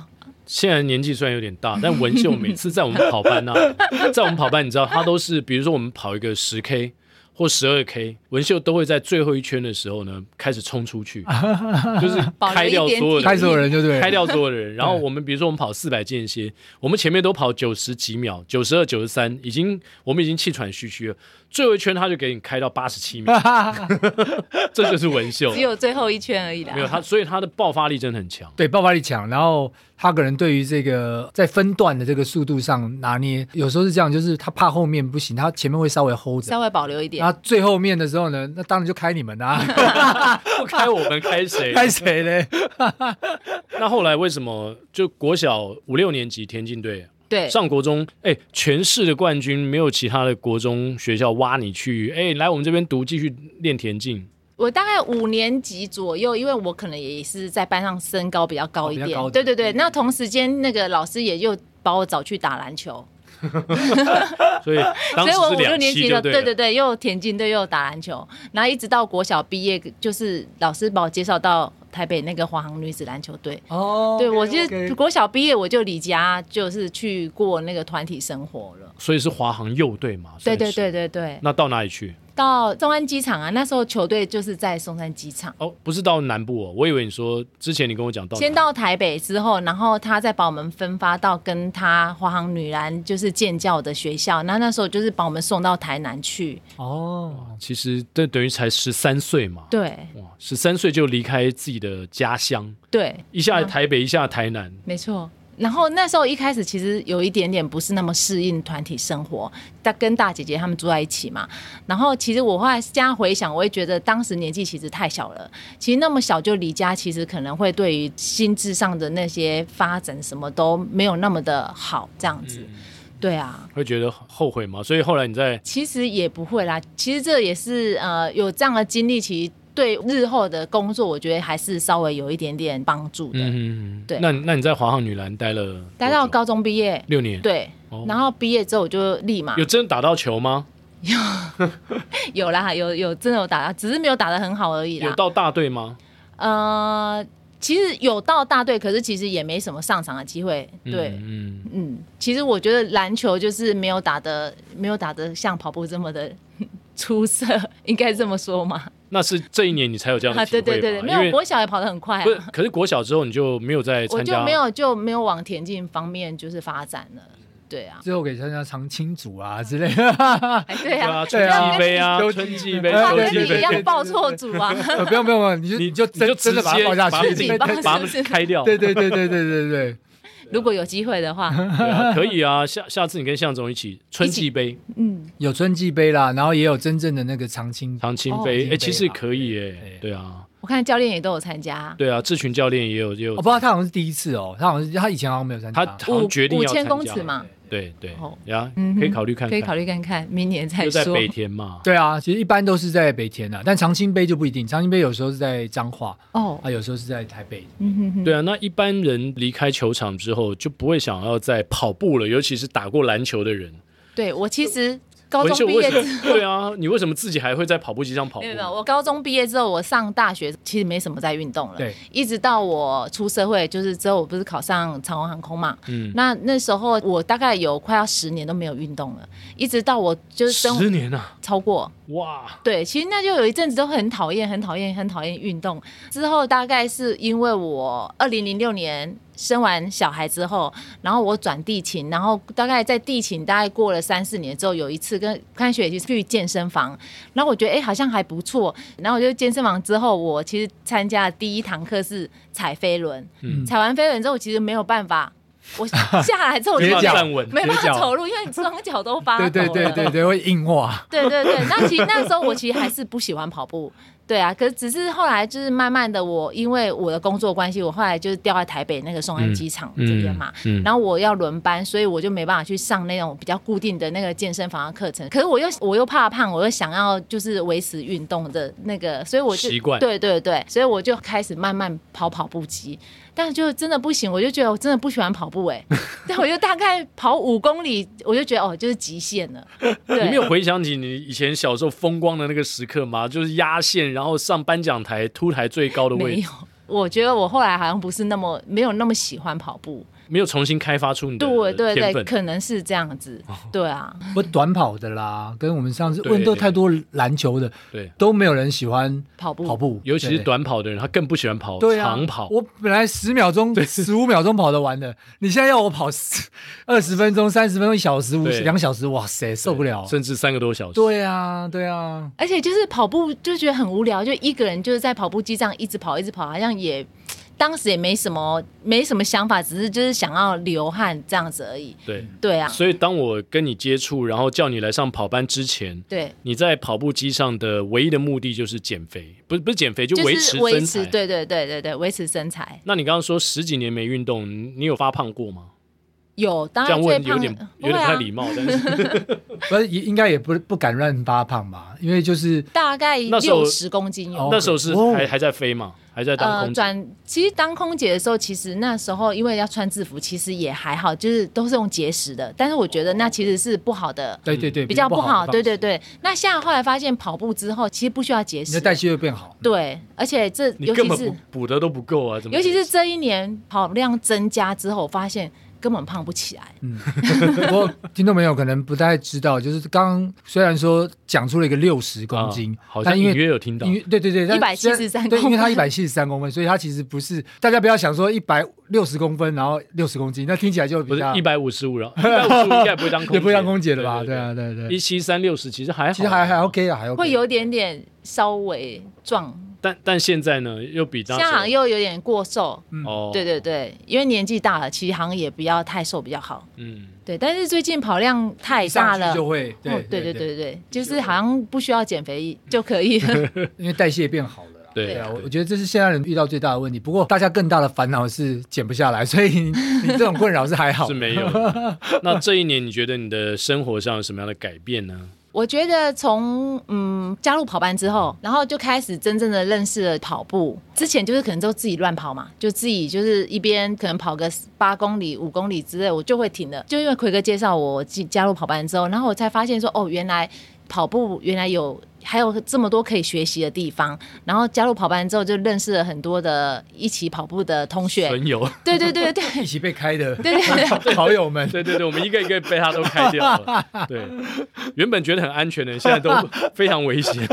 Speaker 1: 现在年纪虽然有点大，但 文秀每次在我们跑班呢、啊，在我们跑班，你知道他都是，比如说我们跑一个十 K，或十二 K，文秀都会在最后一圈的时候呢，开始冲出去，就是
Speaker 4: 保留
Speaker 1: 开
Speaker 4: 一
Speaker 1: 掉
Speaker 4: 点
Speaker 1: 所有
Speaker 4: 体
Speaker 1: 的
Speaker 2: 开所有人就对了，
Speaker 1: 开掉所有的人。 然后我们比如说我们跑四百间歇，我们前面都跑九十几秒，九十二、九十三，已经我们已经气喘吁吁了。最后一圈他就给你开到八十七 秒，这就是文秀
Speaker 4: 只。有最后一圈而已啦。
Speaker 1: 没有他，所以他的爆发力真的很 强。
Speaker 2: 对，爆发力强，然后他个人对于这个在分段的这个速度上拿捏，有时候是这样，就是他怕后面不行，他前面会稍微 hold
Speaker 4: 稍
Speaker 2: 着，
Speaker 4: 微保留一点
Speaker 2: 然。
Speaker 1: 啊
Speaker 2: 后最后面的时候呢，那当然就开你们啦、
Speaker 1: 不开我们开谁？
Speaker 2: 开谁嘞？
Speaker 1: 那后来为什么就国小五六年级田径队啊
Speaker 4: 对，
Speaker 1: 上国中，哎，全市的冠军没有其他的国中学校挖你去，哎，来我们这边读，继续练田径。
Speaker 4: 我大概五年级左右，因为我可能也是在班上身高比较高一
Speaker 2: 哦比
Speaker 4: 点，
Speaker 2: 较高的
Speaker 4: 对对
Speaker 1: 嗯
Speaker 4: 对。那同时间，那个老师也就把我找去打篮球，
Speaker 1: 所以当
Speaker 4: 所
Speaker 1: 时
Speaker 4: 以我
Speaker 1: 是
Speaker 4: 五六
Speaker 1: 两
Speaker 4: 年
Speaker 1: 期
Speaker 4: 级
Speaker 1: 就
Speaker 4: 的，
Speaker 1: 对
Speaker 4: 对对
Speaker 1: 了
Speaker 4: 对，又田径队又打篮球，然后一直到国小毕业，就是老师把我介绍到台北那个华航女子篮球队。
Speaker 2: 哦
Speaker 4: 对，我就是国小毕业我就离家，就是去过那个团体生活了。
Speaker 1: 所以是华航右队嘛？
Speaker 4: 对
Speaker 1: 算
Speaker 4: 对
Speaker 1: 是
Speaker 4: 对。对对，
Speaker 1: 那到哪里去？
Speaker 4: 到松山机场啊，那时候球队就是在松山机场。
Speaker 1: 哦，不是到南部哦，我以为你说之前你跟我讲到
Speaker 4: 先
Speaker 1: 南部
Speaker 4: 到台北之后，然后他再把我们分发到跟他华航女篮就是建教的学校，那那时候就是把我们送到台南去。
Speaker 2: 哦，
Speaker 1: 其实这等于才十三岁嘛。
Speaker 4: 对
Speaker 1: 哇，十三岁就离开自己的家乡，
Speaker 4: 对，
Speaker 1: 一下台北，一下台南，
Speaker 4: 没错。然后那时候一开始其实有一点点不是那么适应团体生活，但跟大姐姐她们住在一起嘛。然后其实我后来现在回想，我也觉得当时年纪其实太小了。其实那么小就离家，其实可能会对于心智上的那些发展什么都没有那么的好，这样子。对啊，
Speaker 1: 会觉得后悔吗？所以后来你在
Speaker 4: 其实也不会啦，其实这也是呃有这样的经历，其实对日后的工作，我觉得还是稍微有一点点帮助的。
Speaker 1: 嗯，
Speaker 4: 对
Speaker 1: 那那你在华航女篮待了
Speaker 4: 待到
Speaker 1: 多久
Speaker 4: 高中毕业，
Speaker 1: 六年，，
Speaker 4: 对，
Speaker 1: 嗯哦
Speaker 4: 然后毕业之后我就立马
Speaker 1: 有真的打到球吗？
Speaker 4: 有啦，有有真的有打，只是没有打得很好而已
Speaker 1: 有
Speaker 4: 啦。
Speaker 1: 到大队吗？
Speaker 4: 呃，其实有到大队，可是其实也没什么上场的机会。对，
Speaker 1: 嗯，嗯
Speaker 4: 嗯其实我觉得篮球就是没有打的，没有打的像跑步这么的 出色，应该这么说嘛。
Speaker 1: 那是这一年你才有这样的
Speaker 4: 啊，
Speaker 1: 体会
Speaker 4: 对
Speaker 1: 吧
Speaker 4: 对对对，没
Speaker 1: 因为
Speaker 4: 有国小也跑得很快、啊，
Speaker 1: 不是，可是国小之后你就没有再
Speaker 4: 我
Speaker 1: 参
Speaker 4: 就
Speaker 1: 加，
Speaker 4: 没有就没有往田径方面就是发展了，对啊，
Speaker 2: 最后给参加长青组啊之类的，
Speaker 4: 哎对
Speaker 1: 对啊，
Speaker 4: 啊，
Speaker 1: 春季杯啊，
Speaker 2: 对啊
Speaker 1: 春季杯、
Speaker 2: 秋
Speaker 4: 哇，
Speaker 1: 秋
Speaker 2: 季
Speaker 4: 跟
Speaker 1: 季
Speaker 4: 你一
Speaker 1: 杯，
Speaker 4: 样报错组啊，
Speaker 2: 呃不用不用不用，你就
Speaker 1: 你
Speaker 2: 就
Speaker 1: 你就
Speaker 2: 真真的把它抱下
Speaker 1: 直接把
Speaker 2: 去，
Speaker 1: 自己
Speaker 2: 对
Speaker 4: 抱
Speaker 2: 对
Speaker 1: 把他们开掉，
Speaker 2: 对对对对对对对，
Speaker 4: 如果有机会 的话，
Speaker 1: 对啊可以啊，下下次你跟向总一起春季杯、
Speaker 4: 嗯，
Speaker 2: 有春季杯啦，然后也有真正的那个长青
Speaker 1: 长青
Speaker 4: 哦
Speaker 1: 杯，
Speaker 2: 长
Speaker 1: 哎，
Speaker 2: 青
Speaker 1: 其
Speaker 2: 杯
Speaker 1: 实
Speaker 2: 啊
Speaker 1: 可以哎
Speaker 2: 对，
Speaker 1: 对啊，
Speaker 4: 我看教练也都有参加，
Speaker 1: 对啊，志群教练也有也有
Speaker 2: 哦我不，知道他好像是第一次哦，他好像是他以前好像没有参加。
Speaker 1: 他好
Speaker 4: 五
Speaker 1: 像决定
Speaker 4: 五
Speaker 1: 要参
Speaker 4: 千
Speaker 1: 加
Speaker 4: 公尺嘛，
Speaker 1: 对对
Speaker 4: 哦，
Speaker 1: 呀
Speaker 4: 嗯，哼
Speaker 1: 可以考虑看看，
Speaker 4: 可以考虑看看，明年再
Speaker 1: 就在
Speaker 4: 说。
Speaker 1: 北田嘛，
Speaker 2: 对啊，其实一般都是在北田啊，但长青杯就不一定。长青杯有时候是在彰化
Speaker 4: 哦，
Speaker 2: 啊，有时候是在台北。
Speaker 4: 嗯哼哼，
Speaker 1: 对啊，那一般人离开球场之后就不会想要再跑步了，尤其是打过篮球的人。
Speaker 4: 对我其实高
Speaker 1: 文秀
Speaker 4: 中毕
Speaker 1: 为
Speaker 4: 业
Speaker 1: 什
Speaker 4: 之
Speaker 1: 么？对啊，你为什么自己还会在跑步机上跑步
Speaker 4: 没有？没有，我高中毕业之后，我上大学其实没什么在运动了。
Speaker 2: 对，
Speaker 4: 一直到我出社会，就是之后我不是考上长荣航空嘛，
Speaker 1: 嗯
Speaker 4: 嗯，那那时候我大概有快要十年都没有运动了，一直到我就是生
Speaker 1: 十年啊，
Speaker 4: 超过，
Speaker 1: 哇！
Speaker 4: 对，其实那就有一阵子都很讨厌，很讨厌，很讨厌运动。之后大概是因为我二零零六年生完小孩之后，然后我转地勤，然后大概在地勤大概过了三四年之后，有一次跟看雪去去健身房，然后我觉得哎、诶好像还不错，然后我就健身房之后，我其实参加的第一堂课是踩飞轮，
Speaker 1: 嗯
Speaker 4: 踩完飞轮之后，其实没有办法。我下来之后我就
Speaker 2: 别
Speaker 1: 没
Speaker 4: 没
Speaker 1: 办
Speaker 2: 讲
Speaker 1: 法站稳，
Speaker 4: 办
Speaker 2: 别
Speaker 4: 法
Speaker 2: 讲
Speaker 4: 走路，因为你双脚都发抖
Speaker 2: 对
Speaker 4: 了。
Speaker 2: 对对对对，会硬化。
Speaker 4: 对对对，那其实那时候我其实还是不喜欢跑步，对啊，可是只是后来就是慢慢的我，因为我的工作关系，我后来就是调在台北那个松安机场这边嘛。
Speaker 1: 嗯，
Speaker 4: 然后我要轮班，所以我就没办法去上那种比较固定的那个健身房的课程。可是我又我又怕胖，我又想要就是维持运动的那个，所以我就
Speaker 1: 习惯
Speaker 4: 对对对，所以我就开始慢慢跑跑步机。但就真的不行，我就觉得我真的不喜欢跑步哎、欸， 但我就大概跑五公里，我就觉得哦，就是极限 了。对
Speaker 1: 你没有回想起你以前小时候风光的那个时刻吗？就是压线，然后上颁奖台，凸台最高的位置
Speaker 4: 没有，我觉得我后来好像不是那么没有那么喜欢跑步。
Speaker 1: 没有重新开发出你的
Speaker 4: 对对
Speaker 1: 天
Speaker 4: 对，
Speaker 1: 分。哦
Speaker 4: 可能是这样子，对啊，
Speaker 2: 不短跑的啦，跟我们上次
Speaker 1: 对
Speaker 2: 问都太多篮球的，
Speaker 1: 对，
Speaker 2: 都没有人喜欢
Speaker 4: 跑步
Speaker 2: 跑步，
Speaker 1: 尤其
Speaker 2: 对
Speaker 1: 是短跑的人，他更不喜欢跑
Speaker 2: 对啊，
Speaker 1: 长跑。
Speaker 2: 我本来十秒钟、十五秒钟跑得完的，你现在要我跑二十分钟、三十分钟、一小时、五
Speaker 1: 对
Speaker 2: 两小时，哇塞，受不了！
Speaker 1: 甚至三个多小时。
Speaker 2: 对啊，对啊，
Speaker 4: 而且就是跑步就觉得很无聊，就一个人就是在跑步机上一直跑一直跑，好像也当时也没什么没什么想法，只是就是想要流汗这样子而已。
Speaker 1: 对，
Speaker 4: 对啊，
Speaker 1: 所以当我跟你接触，然后叫你来上跑班之前，
Speaker 4: 对，
Speaker 1: 你在跑步机上的唯一的目的就是减肥，不是不是减肥，就
Speaker 4: 就
Speaker 1: 维
Speaker 4: 是
Speaker 1: 持
Speaker 4: 维
Speaker 1: 身
Speaker 4: 持，
Speaker 1: 材。。
Speaker 4: 对对对对对，维持身材。
Speaker 1: 那你刚刚说十几年没运动，你你有发胖过吗？
Speaker 4: 有，当
Speaker 1: 这样
Speaker 4: 然最
Speaker 1: 问
Speaker 4: 啊胖啊
Speaker 1: 有点有点不太礼
Speaker 4: 貌。
Speaker 1: 貌，但是
Speaker 2: 不是也应该也不不敢乱发胖吧，因为就是
Speaker 4: 大概
Speaker 1: 那时候
Speaker 4: 六十公斤有
Speaker 2: 哦。
Speaker 1: 那时候是
Speaker 2: 哦
Speaker 1: 还还在飞嘛，还在当
Speaker 4: 呃，
Speaker 1: 空姐。
Speaker 4: 转其实当空姐的时候，其实那时候因为要穿制服，其实也还好，就是都是用节食的。但是我觉得那其实是不好的，
Speaker 2: 对哦对
Speaker 1: 嗯
Speaker 2: 对，
Speaker 4: 比较
Speaker 2: 不
Speaker 4: 不好。对
Speaker 2: 的
Speaker 4: 对对。那现在后来发现跑步之后，其实不需要节
Speaker 2: 方式，你的
Speaker 4: 食，
Speaker 2: 代谢会变好。
Speaker 4: 对，而且这
Speaker 1: 你
Speaker 4: 尤
Speaker 1: 根
Speaker 4: 其
Speaker 1: 本
Speaker 4: 是
Speaker 1: 补补的都不够啊！怎么？
Speaker 4: 尤其是这一年跑量增加之后，我发现根本胖不起来。
Speaker 2: 不过听众朋友可能不太知道，就是刚刚虽然说讲出了一个六十公斤
Speaker 1: 啊，好
Speaker 2: 但
Speaker 1: 像
Speaker 2: 因
Speaker 1: 隐
Speaker 2: 为
Speaker 1: 约有听到
Speaker 2: 因。为对对对，但
Speaker 4: 173
Speaker 2: 虽然对，因为
Speaker 4: 公分
Speaker 2: 他一百七十三公分，所以他其实不是大家不要想说一百六十公分，然后六十公斤，那听起来就
Speaker 1: 不
Speaker 2: 比
Speaker 1: 是
Speaker 2: 较
Speaker 1: 一百五十五，然 后一百五十五应该也不会当空，
Speaker 2: 啊也不会当空姐的吧？
Speaker 1: 对
Speaker 2: 对啊，对对
Speaker 1: 一七三六十其实还好，
Speaker 2: 其实还还 OK 啊，还 OK。
Speaker 4: 会有点点稍微壮，
Speaker 1: 但但现在呢，又比当
Speaker 4: 现
Speaker 1: 时
Speaker 4: 在好像又有点过瘦。
Speaker 1: 哦，
Speaker 4: 对对，对，因为年纪大了，其实好像也不要太瘦比较好。
Speaker 1: 嗯，
Speaker 4: 对，但是最近跑量太
Speaker 2: 一
Speaker 4: 大
Speaker 2: 上去
Speaker 4: 了，
Speaker 2: 就会对
Speaker 4: 哦，对对对对，就是好像不需要减肥就可以 了。
Speaker 2: 因为代谢变好了啦。
Speaker 1: 对
Speaker 2: 对啊，我我
Speaker 1: 对
Speaker 2: 觉得这是现在人遇到最大的问题。不过大家更大的烦恼是减不下来，所以你你这种困扰是还好
Speaker 1: 是。 没有的。那这一年，你觉得你的生活上有什么样的改变呢？
Speaker 4: 我觉得从嗯加入跑班之后，然后就开始真正的认识了跑步。之前就是可能都自己乱跑嘛，就自己就是一边可能跑个八公里、五公里之类，我就会停了。就因为奎哥介绍我进加入跑班之后，然后我才发现说哦，原来跑步原来有还有这么多可以学习的地方。然后加入跑班之后，就认识了很多的一起跑步的同学。
Speaker 1: 损友，
Speaker 4: 对对对对对。
Speaker 2: 一起被开的
Speaker 4: 对对对，
Speaker 2: 好友们，
Speaker 1: 对对对，我们一个一个被他都开掉了。对，原本觉得很安全的，现在都非常危险。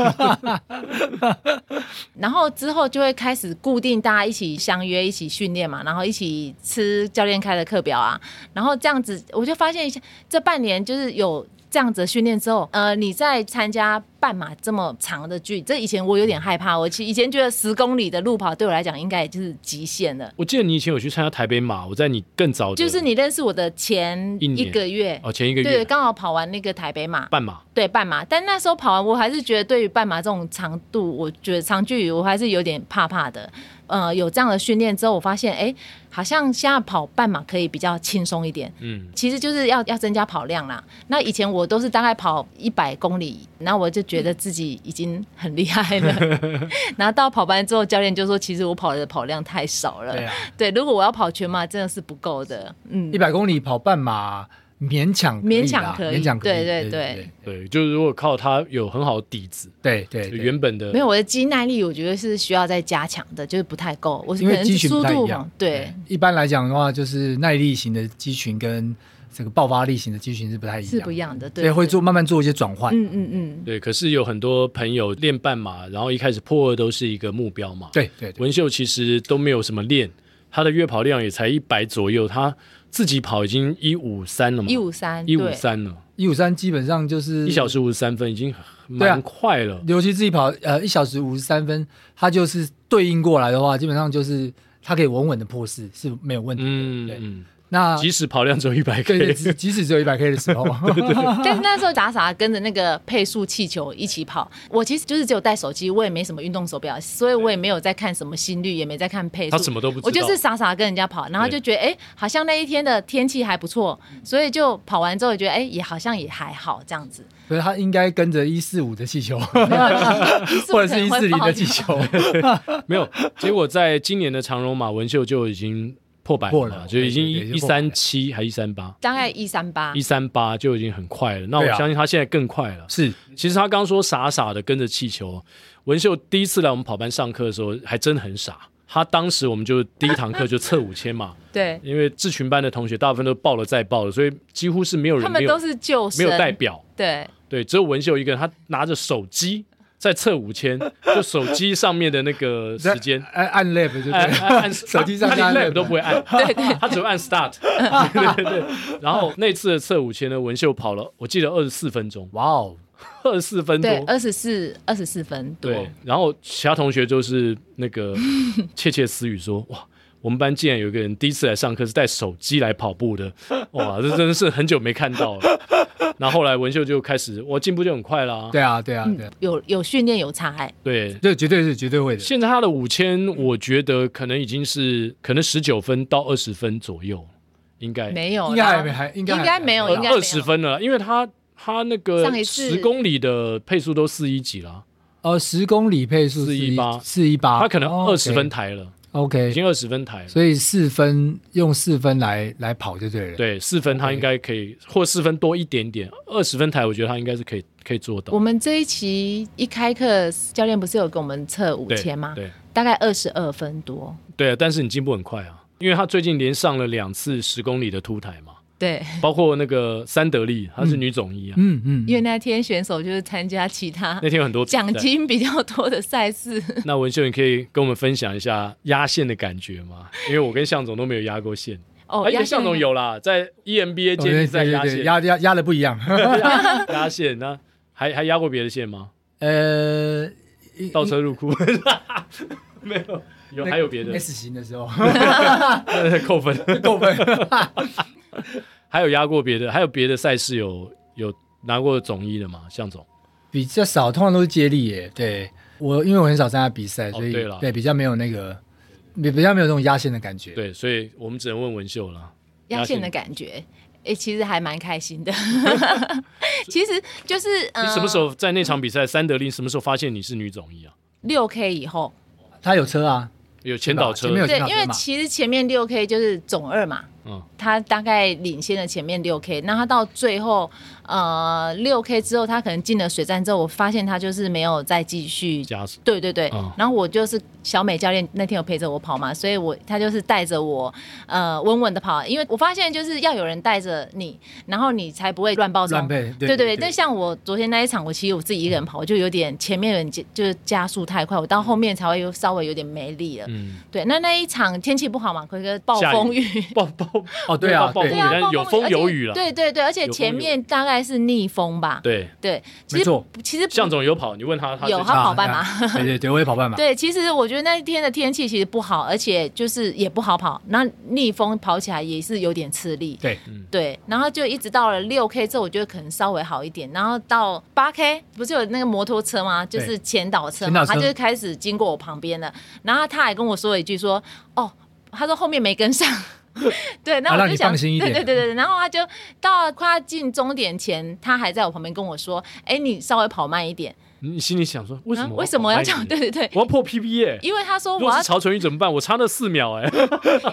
Speaker 4: 然后之后就会开始固定大家一起相约、一起训练嘛，然后一起吃教练开的课表啊，然后这样子，我就发现这半年就是有这样子的训练之后，呃，你在参加半马这么长的距，这以前我有点害怕，我其以前觉得十公里的路跑对我来讲应该也就是极限了。
Speaker 1: 我记得你以前有去参加台北马，我在你更早的
Speaker 4: 就是你认识我的前
Speaker 1: 一年
Speaker 4: 一个月，
Speaker 1: 哦，前一个
Speaker 4: 对，
Speaker 1: 月
Speaker 4: 刚好跑完那个台北马，
Speaker 1: 半马，
Speaker 4: 对半马，但那时候跑完，我还是觉得对于半马这种长度，我觉得长距离我还是有点怕怕的。呃，有这样的训练之后，我发现，哎，好像现在跑半马可以比较轻松一点。
Speaker 1: 嗯，
Speaker 4: 其实就是要要增加跑量啦。那以前我都是大概跑一百公里，然后我就觉得自己已经很厉 害了。然后到跑班之后，教练就说，其实我跑的跑量太少了。
Speaker 2: 对啊，
Speaker 4: 对，如果我要跑全马，真的是不够的。嗯
Speaker 2: 一，百公里跑半马勉强以啦
Speaker 4: 勉强可以
Speaker 2: 勉强可以，
Speaker 4: 对对
Speaker 2: 对
Speaker 4: 对
Speaker 1: 对，就是如果靠他有很好的底子，
Speaker 2: 对对
Speaker 1: 就
Speaker 2: 对，
Speaker 1: 原本的
Speaker 4: 没有我的肌耐力，我觉得是需要再加强的，就是不太够。我是
Speaker 2: 因
Speaker 4: 可
Speaker 2: 为
Speaker 4: 能
Speaker 2: 肌群
Speaker 4: 速
Speaker 2: 不太一
Speaker 4: 度
Speaker 2: 样
Speaker 4: 嘛，对，
Speaker 2: 一般来讲的话，就是耐力型的肌群跟这个爆发力型的肌群是不太一样，
Speaker 4: 是不一样的，
Speaker 2: 对，会做慢慢做一些转换。
Speaker 4: 嗯嗯嗯，
Speaker 1: 对，可是有很多朋友练半马，然后一开始破二都是一个目标嘛。，
Speaker 2: 对对对，
Speaker 1: 文秀其实都没有什么练，他的月跑量也才一百左右，他自己跑已经一五三了嘛，
Speaker 4: 一五三，
Speaker 1: 一五
Speaker 4: 对，嗯
Speaker 1: 三了，
Speaker 2: 一五三基本上就是
Speaker 1: 一小，时五十三分，已经
Speaker 2: 对啊
Speaker 1: 蛮快了。
Speaker 2: 尤其自己跑呃一小时五十三分，它就是对应过来的话，基本上就是它可以稳稳的破四是没有问题。
Speaker 1: 嗯
Speaker 2: 对
Speaker 1: 嗯，
Speaker 2: 那
Speaker 1: 即使跑量只有一百 K，
Speaker 2: 对对，即即使只有一百 K 的时 候，
Speaker 4: 但是那时候傻傻跟着那个配速气球一起跑，我其实就是只有带手机，我也没什么运动手表，所以我也没有在看什么心率，也没在看配速，
Speaker 1: 他什么都不知道
Speaker 4: 我就是傻傻跟人家跑，然后就觉得哎、诶好像那一天的天气还不错，
Speaker 1: 嗯
Speaker 4: 所以就跑完之后觉得哎、诶也好像也还好这 样子，
Speaker 2: 所以它应该跟着一四五的气球，
Speaker 4: 速
Speaker 2: 或者是一四
Speaker 4: 可能会
Speaker 2: 零
Speaker 4: 爆
Speaker 2: 的气球，
Speaker 1: 没有。 结果在今年的长荣马，文秀就已经破百
Speaker 2: 破
Speaker 1: 嘛
Speaker 2: 了
Speaker 1: 就已经
Speaker 2: 对对
Speaker 1: 一
Speaker 2: 对
Speaker 1: 一
Speaker 2: 破百
Speaker 1: 三七还一三八，
Speaker 4: 大概一三八
Speaker 1: 一，三八就已经很快了。那我
Speaker 2: 对啊
Speaker 1: 相信他现在更快了。
Speaker 2: 是
Speaker 1: 其实他刚说傻傻的跟着气球，文秀第一次来我们跑班上课的时候还真的很傻，他当时我们就第一堂课就测五千嘛，
Speaker 4: 对，
Speaker 1: 因为志群班的同学大部分都报了再报了，所以几乎是没有
Speaker 4: 他
Speaker 1: 人没
Speaker 4: 们
Speaker 1: 有
Speaker 4: 都是旧
Speaker 1: 没
Speaker 4: 生，
Speaker 1: 有代表，
Speaker 4: 对，
Speaker 1: 对，只有文秀一个人，他拿着手机在测五千，就手机上面的那个时间。
Speaker 2: 按哎按 lab 就对
Speaker 1: 按
Speaker 2: 了，
Speaker 1: 按哎按
Speaker 2: 手机上
Speaker 1: 他他
Speaker 2: 按
Speaker 1: 连
Speaker 2: lab
Speaker 1: lab 都不会 按，
Speaker 4: 对对
Speaker 1: 他只会按 start。对 对对。然后那次的测五千呢，文秀跑了，我记得二十四分钟，
Speaker 2: 哇哦，
Speaker 1: 二十四分
Speaker 4: 对，
Speaker 1: 多。
Speaker 4: 二十四二十四分多，
Speaker 1: 对，然后其他同学就是那 个窃窃私语说，哇。我们班竟然有一个人第一次来上课是带手机来跑步的，哇，这真的是很久没看到了。然后后来文秀就开始，我进步就很快啦。
Speaker 2: 对啊，对
Speaker 1: 嗯
Speaker 2: 啊，对啊，
Speaker 4: 有有训练有差、欸，
Speaker 1: 对，
Speaker 2: 这绝对是绝对会的。
Speaker 1: 现在他的五千，我觉得可能已经是可能十九分到二十分左右，应该
Speaker 4: 没有啦，
Speaker 2: 应该还没还应该还
Speaker 4: 应该没有，应该没有
Speaker 1: 哎呃二十。分了，因为他他那
Speaker 4: 上
Speaker 1: 个
Speaker 4: 一次
Speaker 1: 十公里的配速都四一几了，
Speaker 2: 呃，十公里配速
Speaker 1: 418
Speaker 2: 四一
Speaker 4: 啊
Speaker 2: 八，
Speaker 1: 他可能
Speaker 2: 哦
Speaker 1: 二十分台了，已
Speaker 2: ，OK，
Speaker 1: 经二十分台了。
Speaker 2: 所以四分用四分来来跑就对了。，
Speaker 1: 对，四分他应该可以，或四分多一点点，二十分台我觉得他应该是可以可以做到。
Speaker 4: 我们这一期一开课，教练不是有给我们测五
Speaker 1: 对
Speaker 4: 千吗？
Speaker 1: 对
Speaker 4: 大概二十二分多。
Speaker 1: 对，啊但是你进步很快啊，因为他最近连上了两次十公里的凸台 嘛，
Speaker 4: 对，
Speaker 1: 包括那个三得利，她是女总一啊，
Speaker 2: 嗯嗯，
Speaker 4: 因为那天选手就是参加其他
Speaker 1: 那天有很多比赛
Speaker 4: 奖金比较多的 赛事，
Speaker 1: 那文秀，你可以跟我们分享一下压线的感觉吗？因为我跟向总都没有压过线，
Speaker 4: 哦，
Speaker 1: 而且
Speaker 4: 压
Speaker 1: 向总有啦，在 E EMBA
Speaker 2: 哦
Speaker 1: 建
Speaker 2: 对
Speaker 1: 议在
Speaker 2: 对
Speaker 1: 压
Speaker 2: 对
Speaker 1: 线
Speaker 2: 对，，压压压的不一样。
Speaker 1: 压压线。那还还压过别的线吗？
Speaker 2: 呃，
Speaker 1: 倒车入库没有， 有还有别的
Speaker 2: S 型的时候
Speaker 1: 扣 分，
Speaker 2: 够分，
Speaker 1: 还有压过别的，还有别的赛事有有拿过总一的吗？向总，
Speaker 2: 比较少，通常都是接力耶。对我，因为我很少参加比赛，所以、
Speaker 1: 哦对啦
Speaker 2: 比较没有那个，比比较没有那种压线的感觉。
Speaker 1: 对，所以我们只能问文秀了。
Speaker 4: 压线的感觉。哎、其实还蛮开 心的，其实就是
Speaker 1: 你
Speaker 4: 嗯，
Speaker 1: 什么时候在那场比赛三得利？什么时候发现你是女总一啊？
Speaker 4: 六 K 以后？
Speaker 2: 他有车啊，
Speaker 1: 有前导车
Speaker 2: 前，面有
Speaker 4: 对，
Speaker 2: 去哪
Speaker 4: 因为
Speaker 2: 边嘛
Speaker 4: 其实前面六 K 就是总二嘛，
Speaker 1: 嗯，
Speaker 4: 他大概领先了前面六 K，那他到最后呃六 K 之后，他可能进了水站之后，我发现他就是没有再继续。
Speaker 1: 加速
Speaker 4: 对对对，
Speaker 1: 嗯
Speaker 4: 然后我就是小美教练那天有陪着我跑嘛，所以我他就是带着我，呃，稳稳的跑，因为我发现就是要有人带着你，然后你才不会乱爆冲
Speaker 2: 乱配。
Speaker 4: 哦对
Speaker 2: 对
Speaker 4: 对但像我昨天那一场，我其实我自己一个人跑，我就有点前面有人加就是加速太快，我到后面才会有稍微有点没力了。
Speaker 1: 嗯，
Speaker 4: 对，那那一场天气不好嘛，奎哥暴
Speaker 1: 下雨
Speaker 4: 风雨，
Speaker 1: 爆爆
Speaker 2: 哦，对啊，
Speaker 1: 暴风雨
Speaker 2: 对
Speaker 4: 啊，
Speaker 1: 但是有
Speaker 4: 暴风
Speaker 1: 风有雨
Speaker 4: 而
Speaker 1: 了
Speaker 4: 且对对对，而且
Speaker 1: 有风
Speaker 4: 前面大概是逆风吧。
Speaker 1: 对。
Speaker 4: 对，其
Speaker 2: 没
Speaker 4: 实
Speaker 2: 错
Speaker 4: 其实不
Speaker 1: 向总有跑，你问他，他
Speaker 4: 有
Speaker 1: 最
Speaker 4: 他
Speaker 1: 差
Speaker 4: 跑半马。
Speaker 2: 啊对对对，我也跑半马。
Speaker 4: 对，其实我觉得那天的天气其实不好，而且就是也不好跑，那逆风跑起来也是有点吃力。
Speaker 2: 对，
Speaker 4: 对，然后就一直到了六 K 之后，我觉得可能稍微好一点，然后到八 K 不是有那个摩托车吗？就
Speaker 2: 对
Speaker 4: 是前导车
Speaker 2: 前导
Speaker 4: 嘛，
Speaker 2: 车
Speaker 4: 他就是开始经过我旁边了，然后他还跟我说了一句说，哦，他说后面 没跟上。对，那
Speaker 2: 啊
Speaker 4: 我
Speaker 2: 让
Speaker 4: 就
Speaker 2: 你
Speaker 4: 想，
Speaker 2: 放心一
Speaker 4: 对
Speaker 2: 点
Speaker 4: 对对对，然后他就到快要进终点前，他还在我旁边跟我说：“哎，你稍微跑慢一点。
Speaker 1: 你心里想说，为什
Speaker 4: 啊
Speaker 1: 么、
Speaker 4: 为什么要这样？对，对对，
Speaker 1: 我要破 PB 耶、
Speaker 4: 因为他说
Speaker 1: 如
Speaker 4: 我
Speaker 1: 果
Speaker 4: 要
Speaker 1: 是曹纯宇怎么办？我差那四秒哎、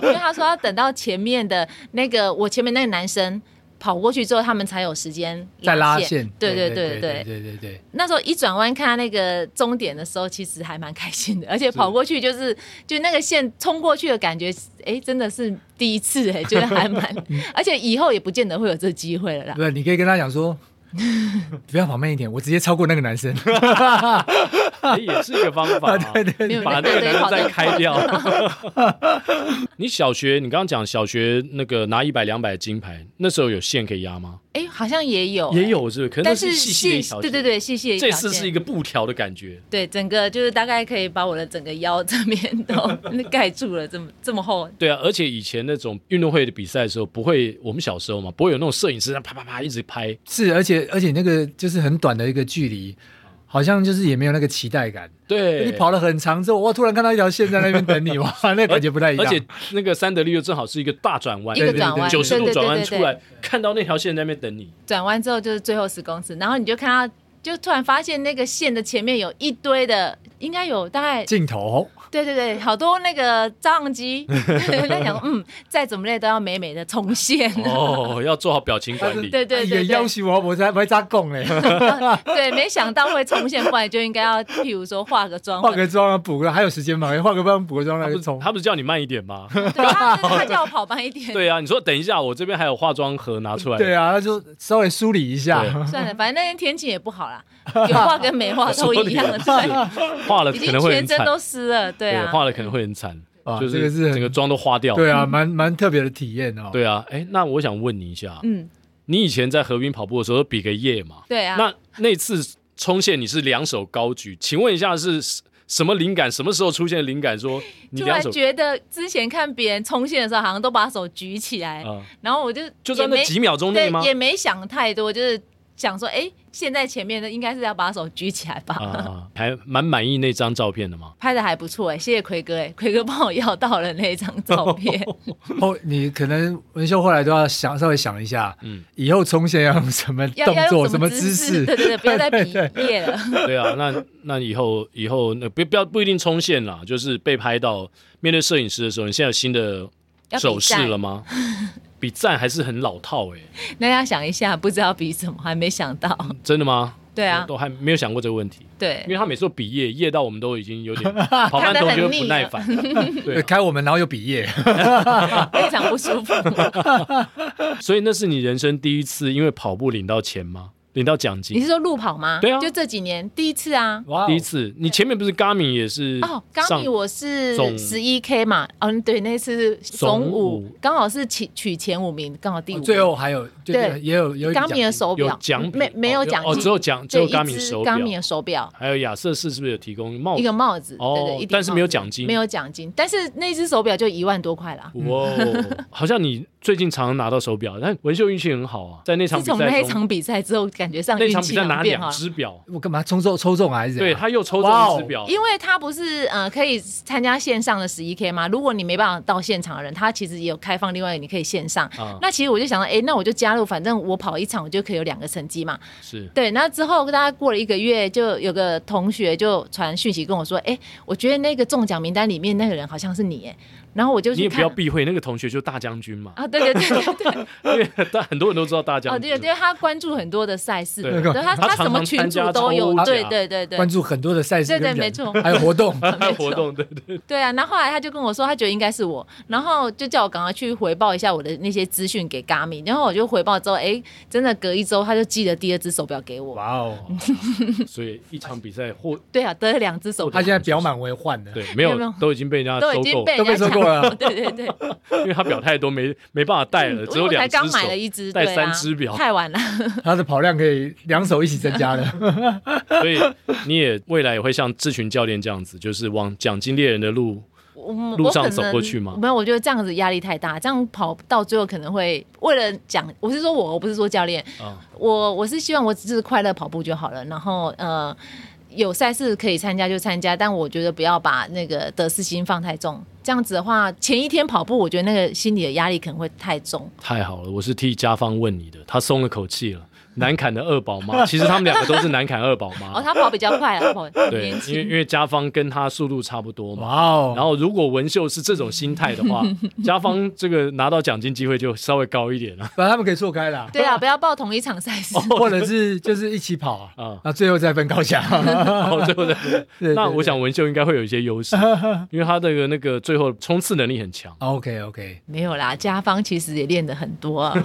Speaker 4: 因为他说要等到前面的那个我前面那个男生跑过去之后，他们才有时间
Speaker 2: 再拉线
Speaker 4: 线。。对对对
Speaker 2: 对对
Speaker 4: 对。
Speaker 2: 对对对。
Speaker 4: 那时候一转弯看他那个终点的时候，其实还蛮开心 的，而且跑过去就是就那个线冲过去的感觉，哎，真的是第一次哎，觉得 还蛮，而且以后也不见得会有这机会了啦。
Speaker 1: 嗯
Speaker 2: 不是，你可以跟他讲 说，不要跑慢一点，我直接超过那个 男生。
Speaker 1: 哎也是一个方 法、啊
Speaker 2: 对对对
Speaker 4: 没有
Speaker 1: 把那
Speaker 4: 对
Speaker 1: 个
Speaker 4: 对
Speaker 1: 男生
Speaker 4: 跑
Speaker 1: 再
Speaker 4: 得
Speaker 1: 开掉。你小学，你刚刚讲小学那个拿一百两百金牌，那时候有线可以压吗？
Speaker 4: 哎，好像也有哎
Speaker 1: 也，有是不是？可能那
Speaker 4: 但
Speaker 1: 是细细的一条
Speaker 4: 对
Speaker 1: 线
Speaker 4: 对，对，细细的一条
Speaker 1: 这次是
Speaker 4: 线
Speaker 1: 一个布条的感觉。
Speaker 4: 对整个就是大概可以把我的整个腰这边都 盖住了，这么这么厚，
Speaker 1: 对啊，而且以前那种运动会的比赛的时候，不会我们小时候嘛，不会有那种摄影师啪啪啪一直拍，
Speaker 2: 是，而且而且那个就是很短的一个距离，好像就是也没有那个期待感。
Speaker 1: 对，
Speaker 2: 你跑了很长之后，哇，突然看到一条线在那边等你，哇，那感觉不太一
Speaker 1: 而
Speaker 2: 样。
Speaker 1: 且那个三得利又正好是一个大转弯，
Speaker 4: 一个转弯，
Speaker 1: 九十度
Speaker 4: 啊对
Speaker 1: 转弯出，
Speaker 4: 对对对对
Speaker 1: 来，看到那条线在那边等 你，
Speaker 4: 转弯之后就是最后十公尺，然后你就看到，就突然发现那个线的前面有一堆的应该有大概
Speaker 2: 镜头哦
Speaker 4: 对对对，好多那个照 相机在想说，嗯，再怎么累都要美美的重 现。
Speaker 1: 哦，要做好表情管理。
Speaker 4: 对对
Speaker 2: 也
Speaker 4: 对
Speaker 2: 啊要
Speaker 4: 对
Speaker 2: 求我，我才不会扎供 嘞，
Speaker 4: 对，没想到会重现，不然就应该要，譬如说化个妆，
Speaker 2: 化个妆啊，补个，还有时间嘛，化个妆补个妆
Speaker 4: 啊
Speaker 1: 他
Speaker 2: 来
Speaker 1: 不是
Speaker 2: 冲。
Speaker 1: 他不是叫你慢一点 吗？
Speaker 4: 对他他叫我跑慢一点。
Speaker 1: 对啊，你说等一下，我这边还有化妆盒拿出来。
Speaker 2: 对啊，那就稍微梳理一下。
Speaker 4: 算了，反正那天天气也 不好啦，有化跟没化都一样
Speaker 1: 我
Speaker 4: 了，
Speaker 1: 说你
Speaker 4: 对，
Speaker 1: 是 化了
Speaker 4: 已
Speaker 1: 可
Speaker 4: 经
Speaker 1: 能会
Speaker 4: 全
Speaker 1: 很
Speaker 4: 身
Speaker 1: 惨，
Speaker 4: 都湿了，对啊，
Speaker 1: 化了可能会很惨，
Speaker 2: 啊
Speaker 1: 就
Speaker 2: 这个是很
Speaker 1: 整个妆都花掉。
Speaker 2: 对啊，蛮蛮特别的体验哦。
Speaker 1: 对啊，哎，那我想问你一下，
Speaker 4: 嗯，
Speaker 1: 你以前在河滨跑步的时候比个耶嘛？
Speaker 4: 对啊，
Speaker 1: 那那次冲线你是两手高举，请问一下是什什么灵感？什么时候出现灵感说你
Speaker 4: 突
Speaker 1: 两
Speaker 4: 然
Speaker 1: 手
Speaker 4: 觉得之前看别人冲线的时候，好像都把手举起来，
Speaker 1: 啊？
Speaker 4: 然后我就
Speaker 1: 就在那
Speaker 4: 也没
Speaker 1: 几秒钟内
Speaker 4: 对
Speaker 1: 吗？
Speaker 4: 也没想太多，就是想说，哎，现在前面的应该是要把手举起来吧。
Speaker 1: 啊，还蛮满意那张照片的嘛。
Speaker 4: 拍的还不错哎，谢谢奎哥哎，奎哥帮我要到了那张 照片，
Speaker 2: 后哦你可能文秀后来都要想稍微想一下，
Speaker 1: 嗯，
Speaker 2: 以后冲线要用什么
Speaker 4: 要
Speaker 2: 动
Speaker 4: 要
Speaker 2: 作、
Speaker 4: 用
Speaker 2: 什
Speaker 4: 么
Speaker 2: 姿
Speaker 4: 势？对对对，不 要再比耶了。
Speaker 1: 对啊，那那以后以后那不不要不一定冲线啦，就是被拍到面对摄影师的时候，你现在有新的
Speaker 4: 要比
Speaker 1: 手势
Speaker 4: 赞
Speaker 1: 了吗？ 比赞还是很老套哎、
Speaker 4: 那要想一下，不知道比什么，还没想到。
Speaker 1: 真的吗？
Speaker 4: 对啊
Speaker 1: 我，都还没有想过这个问题，因
Speaker 4: 对，
Speaker 1: 为他每次都比耶耶到我们都已经有 点跑慢动就会不耐烦，
Speaker 4: 啊
Speaker 1: 对、
Speaker 2: 开我们，然后又比 耶，
Speaker 4: 非常不 舒服。
Speaker 1: 啊，所以那是你人生第一次因为跑步领到钱吗？领到奖
Speaker 4: 你
Speaker 1: 金
Speaker 4: 是？说路跑吗？
Speaker 1: 对啊
Speaker 4: 就这几年第一次啊。
Speaker 2: 哇
Speaker 1: 第一次，你前面不是 Gami 也是
Speaker 4: 哦，刚
Speaker 1: 上
Speaker 4: 米我是
Speaker 1: 总
Speaker 4: 十一 K 嘛，嗯，对，那次是
Speaker 1: 总
Speaker 4: 总五
Speaker 1: 五，
Speaker 4: 刚好是取取前五名，刚好第五名。
Speaker 2: 哦最后还有就
Speaker 4: 对
Speaker 2: 也有有一个
Speaker 4: 刚
Speaker 2: 奖
Speaker 4: 米的
Speaker 2: 金
Speaker 4: 手
Speaker 1: 有
Speaker 4: 表
Speaker 1: 奖品
Speaker 4: 没没有奖
Speaker 1: 哦，
Speaker 4: 金，
Speaker 1: 只有奖只
Speaker 4: 对
Speaker 1: 有
Speaker 4: 一只
Speaker 1: Gami 手
Speaker 4: 刚米
Speaker 1: 表
Speaker 4: 的，手表，
Speaker 1: 还有亚瑟士是不是有提供帽
Speaker 4: 一
Speaker 1: 子
Speaker 4: 个？帽子，
Speaker 1: 哦
Speaker 4: 对对，一顶
Speaker 1: 但是没有
Speaker 4: 帽子
Speaker 1: 奖金
Speaker 4: 没有奖金，但是那只手表就一万多块啦。
Speaker 1: 哇、哦，好像你最近常拿到手表，但文秀运气很好啊，在那场
Speaker 4: 自
Speaker 1: 比
Speaker 4: 从
Speaker 1: 赛
Speaker 4: 那
Speaker 1: 中，
Speaker 4: 场比赛之后，感觉上
Speaker 1: 那
Speaker 4: 运
Speaker 1: 场比
Speaker 4: 气
Speaker 1: 赛
Speaker 4: 好像
Speaker 1: 拿
Speaker 4: 变好
Speaker 1: 两
Speaker 4: 了。
Speaker 1: 只表，
Speaker 2: 我干嘛抽中抽中还是怎
Speaker 1: 对
Speaker 2: 样
Speaker 1: 他又抽中
Speaker 2: 哇哦
Speaker 1: 一只表，
Speaker 4: 因为他不是呃可以参加线上的十一 K 吗？如果你没办法到现场的人，他其实也有开放另外一个你可以线上。
Speaker 1: 啊
Speaker 4: 那其实我就想到，哎、那我就加入，反正我跑一场，我就可以有两个成绩嘛。
Speaker 1: 是
Speaker 4: 对，那之后大概过了一个月，就有个同学就传讯息跟我说，哎、我觉得那个中奖名单里面那个人好像是你，哎，然后我就
Speaker 1: 你
Speaker 4: 去
Speaker 1: 也不
Speaker 4: 看
Speaker 1: 要。避讳，那个同学就大将军嘛，
Speaker 4: 啊，对对对对 对，
Speaker 1: 因为但很多人都知道大将
Speaker 4: 哦，对，
Speaker 1: 军，
Speaker 4: 因为他关注很多的赛事，
Speaker 1: 对
Speaker 4: 对他
Speaker 1: 他常
Speaker 4: 什么
Speaker 1: 常
Speaker 4: 群
Speaker 1: 参
Speaker 4: 组
Speaker 1: 加啊
Speaker 4: 都有
Speaker 1: 抽，
Speaker 4: 对
Speaker 1: 奖
Speaker 4: 对对对
Speaker 2: 关，注很多的赛事
Speaker 4: 对对
Speaker 2: 跟人
Speaker 4: 没错
Speaker 2: 还有活动
Speaker 1: 还有 活动，对对对，
Speaker 4: 对啊，然后后来他就跟我说，他觉得应该是我，然后就叫我赶快去回报一下我的那些资讯给 Gami，然后我就回报之后，哎，真的隔一周他就寄了第二只手表给我，
Speaker 2: 哇哦，
Speaker 1: 所以一场比赛或
Speaker 4: 对啊，得了两只手
Speaker 2: 他
Speaker 4: 表
Speaker 2: 现。在表满为患 了，
Speaker 1: 对没
Speaker 4: 没有没
Speaker 1: 有
Speaker 4: 有
Speaker 1: 都已经被人家
Speaker 4: 都已
Speaker 1: 收
Speaker 4: 经
Speaker 1: 购，
Speaker 4: 被
Speaker 2: 都被
Speaker 4: 人家
Speaker 2: 收购
Speaker 4: 抢
Speaker 2: 了
Speaker 4: 对 对对，
Speaker 1: 因为他表太多没没办法戴了，只有
Speaker 4: 嗯我
Speaker 1: 两
Speaker 4: 才
Speaker 1: 只
Speaker 4: 刚
Speaker 1: 手
Speaker 4: 买了一只，
Speaker 1: 戴
Speaker 4: 对
Speaker 1: 三
Speaker 4: 啊
Speaker 1: 只表，
Speaker 4: 太 晚了。
Speaker 2: 他的跑量可以两手一起增加 了，
Speaker 1: 所以你也未来也会像志群教练这样子，就是往奖金猎人的路
Speaker 4: 我我
Speaker 1: 路
Speaker 4: 可
Speaker 1: 上
Speaker 4: 能
Speaker 1: 走过去吗
Speaker 4: 没有，我觉得这样子压力太大，这样跑到最后可能会为了讲，我是说我，我不是说教练，
Speaker 1: 啊，
Speaker 4: 我我是希望我只是快乐跑步就好了，然后呃。有赛事可以参加就参加，但我觉得不要把那个得失心放太重。这样子的话，前一天跑步，我觉得那个心理的压力可能会太重。
Speaker 1: 太好了，我是替家方问你的，他松了口气 了。南坎的二宝妈，其实他们两个都是南坎二宝
Speaker 4: 哦，
Speaker 1: 妈，
Speaker 4: 他跑比较快了，跑
Speaker 1: 啊对因
Speaker 4: 年，
Speaker 1: 为因
Speaker 4: 轻。
Speaker 1: 为家方跟他速度差不多嘛。
Speaker 2: 哇
Speaker 1: 然
Speaker 2: 哦，
Speaker 1: 后，如果文秀是这种心态的 话，家方这个拿到奖金机会就稍微高一点了。
Speaker 2: 反正他们可以错开 啦，
Speaker 4: 对啊，不要报同一场赛
Speaker 1: 哦
Speaker 4: 事。
Speaker 2: 或者是就是一起跑
Speaker 1: 啊
Speaker 2: 啊，那最后再分高下，
Speaker 1: 哦，对不对？
Speaker 2: 对对
Speaker 1: 那
Speaker 2: 对
Speaker 1: 我想文秀应该会有一些优势，因为他的那个最后冲刺能力很强。
Speaker 2: OK OK，
Speaker 4: 没有啦，家方其实也练的很 多、啊，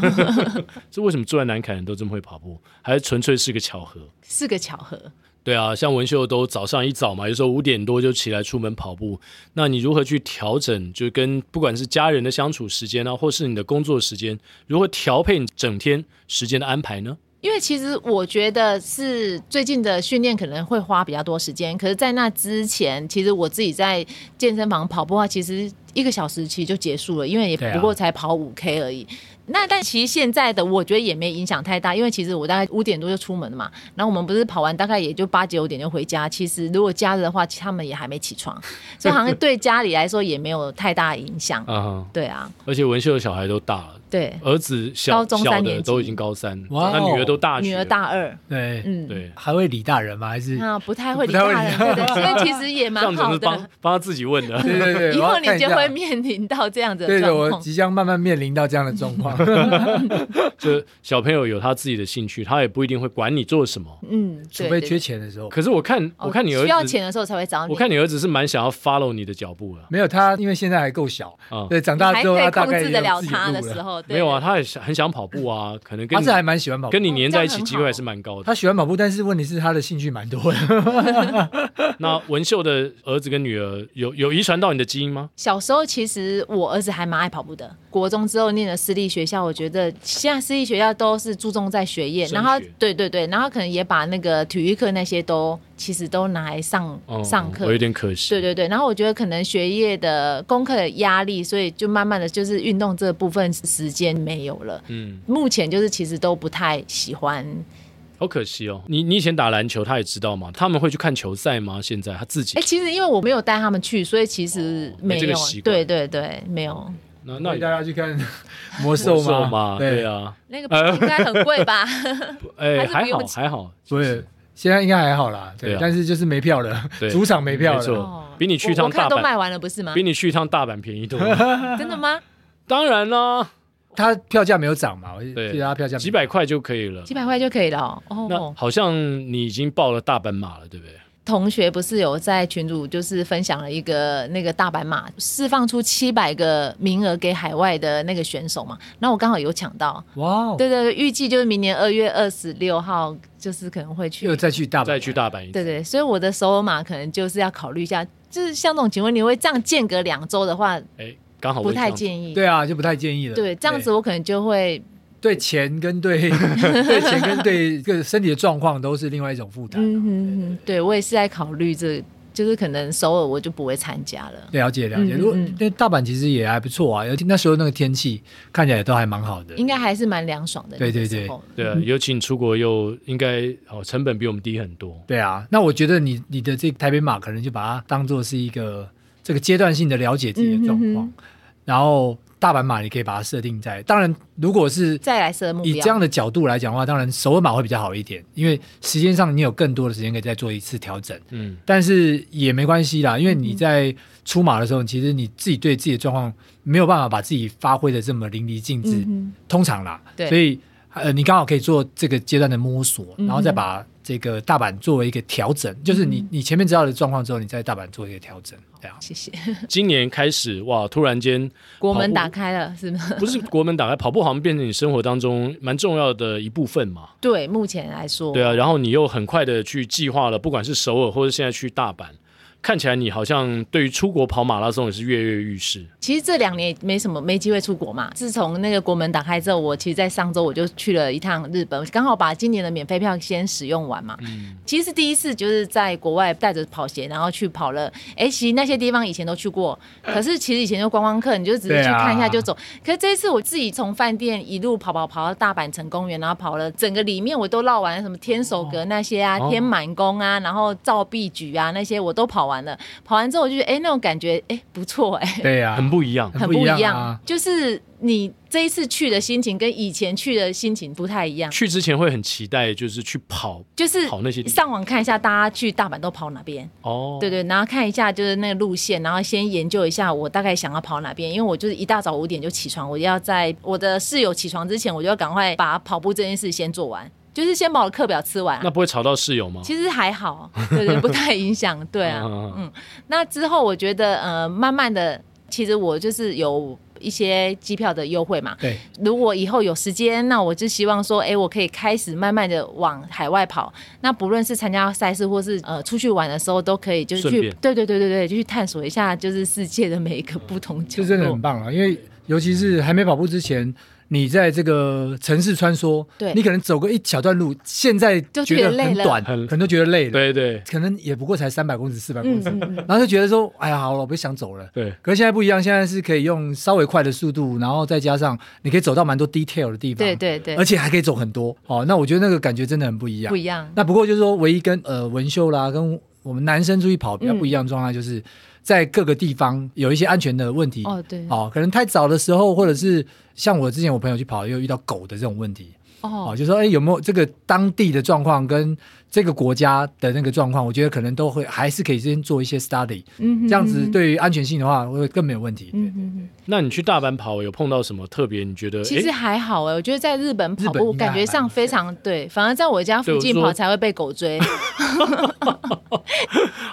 Speaker 1: 这为什么住在南坎人都这么会跑步？还是纯粹是个巧合？
Speaker 4: 是个巧合。
Speaker 1: 对啊，像文秀都早上一早嘛，有时候五点多就起来出门跑步。那你如何去调整？就跟不管是家人的相处时间啊，或是你的工作时间，如何调配你整天时间的安排呢？
Speaker 4: 因为其实我觉得是最近的训练可能会花比较多时间，可是，在那之前，其实我自己在健身房跑步的话，其实一个小时其实就结束了，因为也
Speaker 2: 对啊
Speaker 4: 不过才跑五 K 而已。那但其实现在的我觉得也没影响太大，因为其实我大概五点多就出门了嘛，然后我们不是跑完大概也就八九点就回家。其实如果假日的话，其实他们也还没起床，所以好像对家里来说也没有太大影 响。
Speaker 1: 啊、
Speaker 4: 对啊，
Speaker 1: 而且文秀的小孩都大了，
Speaker 4: 对，
Speaker 1: 儿子小
Speaker 4: 高中
Speaker 1: 小
Speaker 4: 三年
Speaker 1: 的
Speaker 4: 级
Speaker 1: 都已经高三，
Speaker 2: 哇
Speaker 1: 那
Speaker 2: 哦
Speaker 1: 女儿都大学，
Speaker 4: 女儿大二，
Speaker 2: 对，
Speaker 4: 嗯，
Speaker 1: 对，
Speaker 2: 还会理大人吗？还是
Speaker 4: 那不太会理
Speaker 2: 不太会
Speaker 4: 大
Speaker 2: 理
Speaker 4: 人，对对，所以其实也
Speaker 1: 这
Speaker 4: 蛮
Speaker 1: 样子
Speaker 4: 好
Speaker 1: 是帮
Speaker 4: 的。
Speaker 1: 帮他自己问的。
Speaker 2: 对对对，
Speaker 4: 以
Speaker 2: 我要
Speaker 4: 后
Speaker 2: 看
Speaker 4: 你
Speaker 2: 一
Speaker 4: 就
Speaker 2: 下
Speaker 4: 会面临到这样的
Speaker 2: 对的，
Speaker 4: 状
Speaker 2: 我
Speaker 4: 况。
Speaker 2: 即将慢慢面临到这样的状 况。
Speaker 1: 就小朋友有他自己的兴趣，他也不一定会管你做什么。
Speaker 4: 嗯，
Speaker 2: 除
Speaker 4: 对
Speaker 2: 非
Speaker 4: 对
Speaker 2: 缺钱的时候，
Speaker 1: 可是我看，
Speaker 4: 哦
Speaker 1: 我看你儿
Speaker 4: 需要
Speaker 1: 子，
Speaker 4: 钱的时候才会找你。
Speaker 1: 我看你儿子是蛮想要 follow 你的脚步了
Speaker 2: 没有他，因为现在还够小，
Speaker 1: 啊。
Speaker 2: 对，长大
Speaker 4: 还
Speaker 2: 之后
Speaker 4: 可
Speaker 2: 他
Speaker 4: 以
Speaker 2: 大
Speaker 4: 控
Speaker 2: 概
Speaker 4: 制得
Speaker 2: 也有
Speaker 4: 了
Speaker 2: 自己
Speaker 4: 他
Speaker 2: 的
Speaker 4: 的
Speaker 2: 路
Speaker 4: 时
Speaker 2: 了。
Speaker 4: 候，对
Speaker 1: 没有啊，，他很想很想跑步 啊，可能
Speaker 2: 他
Speaker 1: 跟
Speaker 2: 是还
Speaker 1: 你
Speaker 2: 蛮喜欢跑步，
Speaker 1: 跟你
Speaker 4: 哦
Speaker 1: 黏
Speaker 4: 这
Speaker 1: 在
Speaker 4: 样
Speaker 1: 一起
Speaker 4: 很
Speaker 1: 机会还
Speaker 4: 好
Speaker 1: 是蛮高的。
Speaker 2: 他喜欢跑步，但是问题是他的兴趣蛮多 的。
Speaker 1: 那文秀的儿子跟女儿有有遗传到你的基因吗？
Speaker 4: 小时候其实我儿子还蛮爱跑步的。国中之后念了私立学校，我觉得现在私立学校都是注重在学业，
Speaker 1: 升
Speaker 4: 然后
Speaker 1: 学
Speaker 4: 对对对，然后可能也把那个体育课那些都其实都拿来上、
Speaker 1: 哦
Speaker 4: 上课
Speaker 1: 我有。点可惜。
Speaker 4: 对对对，然后我觉得可能学业的功课的压力，所以就慢慢的就是运动这部分时间没有了。
Speaker 1: 嗯，
Speaker 4: 目前就是其实都不太喜欢，
Speaker 1: 好可惜哦。你你以前打篮球，他也知道吗？他们会去看球赛吗？现在他自己
Speaker 4: 哎，其实因为我没有带他们去，所以其实
Speaker 1: 哦没
Speaker 4: 没
Speaker 1: 这
Speaker 4: 有，
Speaker 1: 个习惯
Speaker 4: 对对对，没有。
Speaker 1: 那那
Speaker 2: 那 大
Speaker 1: 也
Speaker 2: 家去 看魔兽
Speaker 1: 瘦
Speaker 2: 吗？
Speaker 1: 嘛，对，啊，
Speaker 4: 那个应该很贵 吧？
Speaker 1: 哎，
Speaker 4: 还
Speaker 1: 还
Speaker 4: 是不
Speaker 1: 好
Speaker 4: 用
Speaker 1: 还好，
Speaker 2: 所以现在应该还好啦，
Speaker 1: 对
Speaker 2: 对
Speaker 1: 啊，
Speaker 2: 但是就是没票了
Speaker 1: 对，
Speaker 2: 主场没票
Speaker 1: 没错
Speaker 2: 了。
Speaker 4: 哦
Speaker 1: 比你去一趟
Speaker 4: 我我看
Speaker 1: 大阪
Speaker 4: 都卖完了，不是吗
Speaker 1: 比？你去一趟大阪便宜多了。
Speaker 4: 真的吗？
Speaker 1: 当然啦，
Speaker 2: 他票价没有涨嘛，我记
Speaker 1: 对
Speaker 2: 得他票价没
Speaker 1: 几百块就可以了
Speaker 4: 几。百块就可以了哦。
Speaker 1: 那
Speaker 4: 哦，
Speaker 1: 好像你已经报了大阪马了，对不对？
Speaker 4: 同学不是有在群组就是分享了一个那个大白马释放出七百个名额给海外的那个选手嘛？那我刚好有抢到，
Speaker 2: 哇哦，
Speaker 4: 对对对，预计就是明年二月二十六号，就是可能会去
Speaker 2: 又。再去大阪，
Speaker 1: 再去大阪一次，
Speaker 4: 对对，所以我的首尔马可能就是要考虑一下，就是像这种，请问你会这样间隔两周的话，
Speaker 1: 哎，刚好
Speaker 4: 不太
Speaker 1: 近。
Speaker 4: 建议。
Speaker 2: 对啊，就不太建议了。
Speaker 4: 对，这样子我可能就会
Speaker 2: 对钱跟 对对钱跟对这个身体的状况都是另外一种负担。
Speaker 4: 嗯哼哼，对我也是在考虑这，就是可能首尔我就不会参加了。
Speaker 2: 了解了解，
Speaker 4: 嗯嗯
Speaker 2: 如果
Speaker 4: 嗯
Speaker 2: 那大阪其实也还不错啊，而且那时候那个天气看起来也都还蛮好的。
Speaker 4: 应该还是蛮凉爽的。
Speaker 2: 对对
Speaker 4: 那个时候
Speaker 1: 对啊，尤其你出国又应该哦，成本比我们低很多。
Speaker 2: 对啊，那我觉得你你的这个台北马可能就把它当做是一个这个阶段性的了解自己的状
Speaker 4: 嗯
Speaker 2: 况，
Speaker 4: 哼
Speaker 2: 然后大阪马你可以把它设定在，当然如果是
Speaker 4: 再来设目标，
Speaker 2: 以这样的角度来讲的话，当然首尔马会比较好一点，因为时间上你有更多的时间可以再做一次调整。
Speaker 1: 嗯，
Speaker 2: 但是也没关系啦，因为你在出马的时候，其实你自己对自己的状况没有办法把自己发挥的这么淋漓尽致，
Speaker 4: 嗯
Speaker 2: 通常啦，
Speaker 4: 对
Speaker 2: 所以呃，你刚好可以做这个阶段的摸索，
Speaker 4: 嗯哼嗯
Speaker 2: 然后再把这个大阪作为一个调整，就是你你前面知道的状况之后，你在大阪做一个调整，这样
Speaker 4: 哼，谢 谢。
Speaker 1: 今年开始哇，突然间
Speaker 4: 国门
Speaker 1: 跑步
Speaker 4: 打开了，是吗？
Speaker 1: 不是国门打开，跑步好像变成你生活当中蛮重要的一部分嘛。
Speaker 4: 对，目前来说，
Speaker 1: 对啊，然后你又很快的去计划了，不管是首尔或者现在去大阪，看起来你好像对于出国跑马拉松也是跃跃欲试。
Speaker 4: 其实这两年也没什么没机会出国嘛。自从那个国门打开之后，我其实，在上周我就去了一趟日本，刚好把今年的免费票先使用完
Speaker 1: 嗯
Speaker 4: 嘛。其实是第一次就是在国外带着跑鞋，然后去跑了。哎，其实那些地方以前都去过，
Speaker 1: 嗯
Speaker 4: 可是其实以前就观光客，你就只是去看
Speaker 1: 啊
Speaker 4: 一下就走。可是这一次我自己从饭店一路跑跑跑到大阪城公园，然后跑了整个里面我都绕完了，什么天守阁那些啊、
Speaker 1: 哦
Speaker 4: 天满宫啊，然后造币局啊那些我都跑完了。跑完之后我就觉得，哎，那种感觉，哎，不错哎、
Speaker 2: 对呀、
Speaker 1: 很不一样。
Speaker 2: 很
Speaker 4: 很
Speaker 2: 不一
Speaker 4: 不一
Speaker 2: 样啊
Speaker 4: 样，就是你这一次去的心情跟以前去的心情不太一样，
Speaker 1: 去之前会很期待，就是去跑
Speaker 4: 就是
Speaker 1: 跑那些地方
Speaker 4: 上网看一下大家去大阪都跑哪边，
Speaker 1: 哦，
Speaker 4: 对对，然后看一下就是那个路线，然后先研究一下我大概想要跑哪边，因为我就是一大早五点就起床，我要在我的室友起床之前，我就要赶快把跑步这件事先做完，就是先把我的课表吃完啊、
Speaker 1: 那不会吵到室友吗？
Speaker 4: 其实还好，对对，不太影响，对啊，
Speaker 1: 嗯嗯
Speaker 4: 嗯。那之后我觉得，呃，慢慢的，其实我就是有一些机票的优惠嘛，
Speaker 2: 对，
Speaker 4: 如果以后有时间，那我就希望说，哎，我可以开始慢慢的往海外跑。那不论是参加赛事，或是呃出去玩的时候，都可以就是
Speaker 1: 顺
Speaker 4: 去
Speaker 1: 便，
Speaker 4: 对对对对对，就去探索一下就是世界的每一个不同角
Speaker 2: 这
Speaker 4: 落。
Speaker 2: 真的很棒啊了，因为尤其是还没跑步之前。你在这个城市穿梭，
Speaker 4: 对
Speaker 2: 你可能走个一小段路，现在
Speaker 4: 就
Speaker 2: 觉得
Speaker 4: 觉得
Speaker 2: 很
Speaker 4: 累了
Speaker 2: 短，
Speaker 1: 很
Speaker 2: 可能都觉得累了，
Speaker 1: 对对
Speaker 2: 可能也不过才三百公尺、四百公
Speaker 4: 嗯
Speaker 2: 尺，
Speaker 4: 嗯嗯，
Speaker 2: 然后就觉得说，哎呀，好了，我不想走了。
Speaker 1: 对，
Speaker 2: 可是现在不一样，现在是可以用稍微快的速度，然后再加上你可以走到蛮多 detail 的地方，
Speaker 4: 对对对
Speaker 2: 而，且还可以走很多。哦，那我觉得那个感觉真的很不一样
Speaker 4: 不。一样。
Speaker 2: 那不过就是说，唯一跟呃文秀啦，跟我们男生出去跑比较
Speaker 4: 嗯
Speaker 2: 不一样的状态，就是、在各个地方有一些安全的问题。
Speaker 4: 哦对
Speaker 2: 哦，可能太早的时候，或者是像我之前我朋友去跑，又遇到狗的这种问题。哦，
Speaker 4: 哦，
Speaker 2: 就说哎，有没有这个当地的状况跟这个国家的那个状况？我觉得可能都会还是可以先做一些 study，
Speaker 4: 嗯
Speaker 2: 这样子对于安全性的话会更没有问题。
Speaker 4: 嗯嗯嗯，
Speaker 1: 那你去大阪跑有碰到什么特别？你觉得
Speaker 4: 其实
Speaker 1: 诶
Speaker 4: 还好哎、我觉得在日本跑
Speaker 2: 日本
Speaker 4: 步
Speaker 2: 应该
Speaker 4: 感觉上非常对，反而在我家附近
Speaker 1: 对我说
Speaker 4: 跑才会被狗追。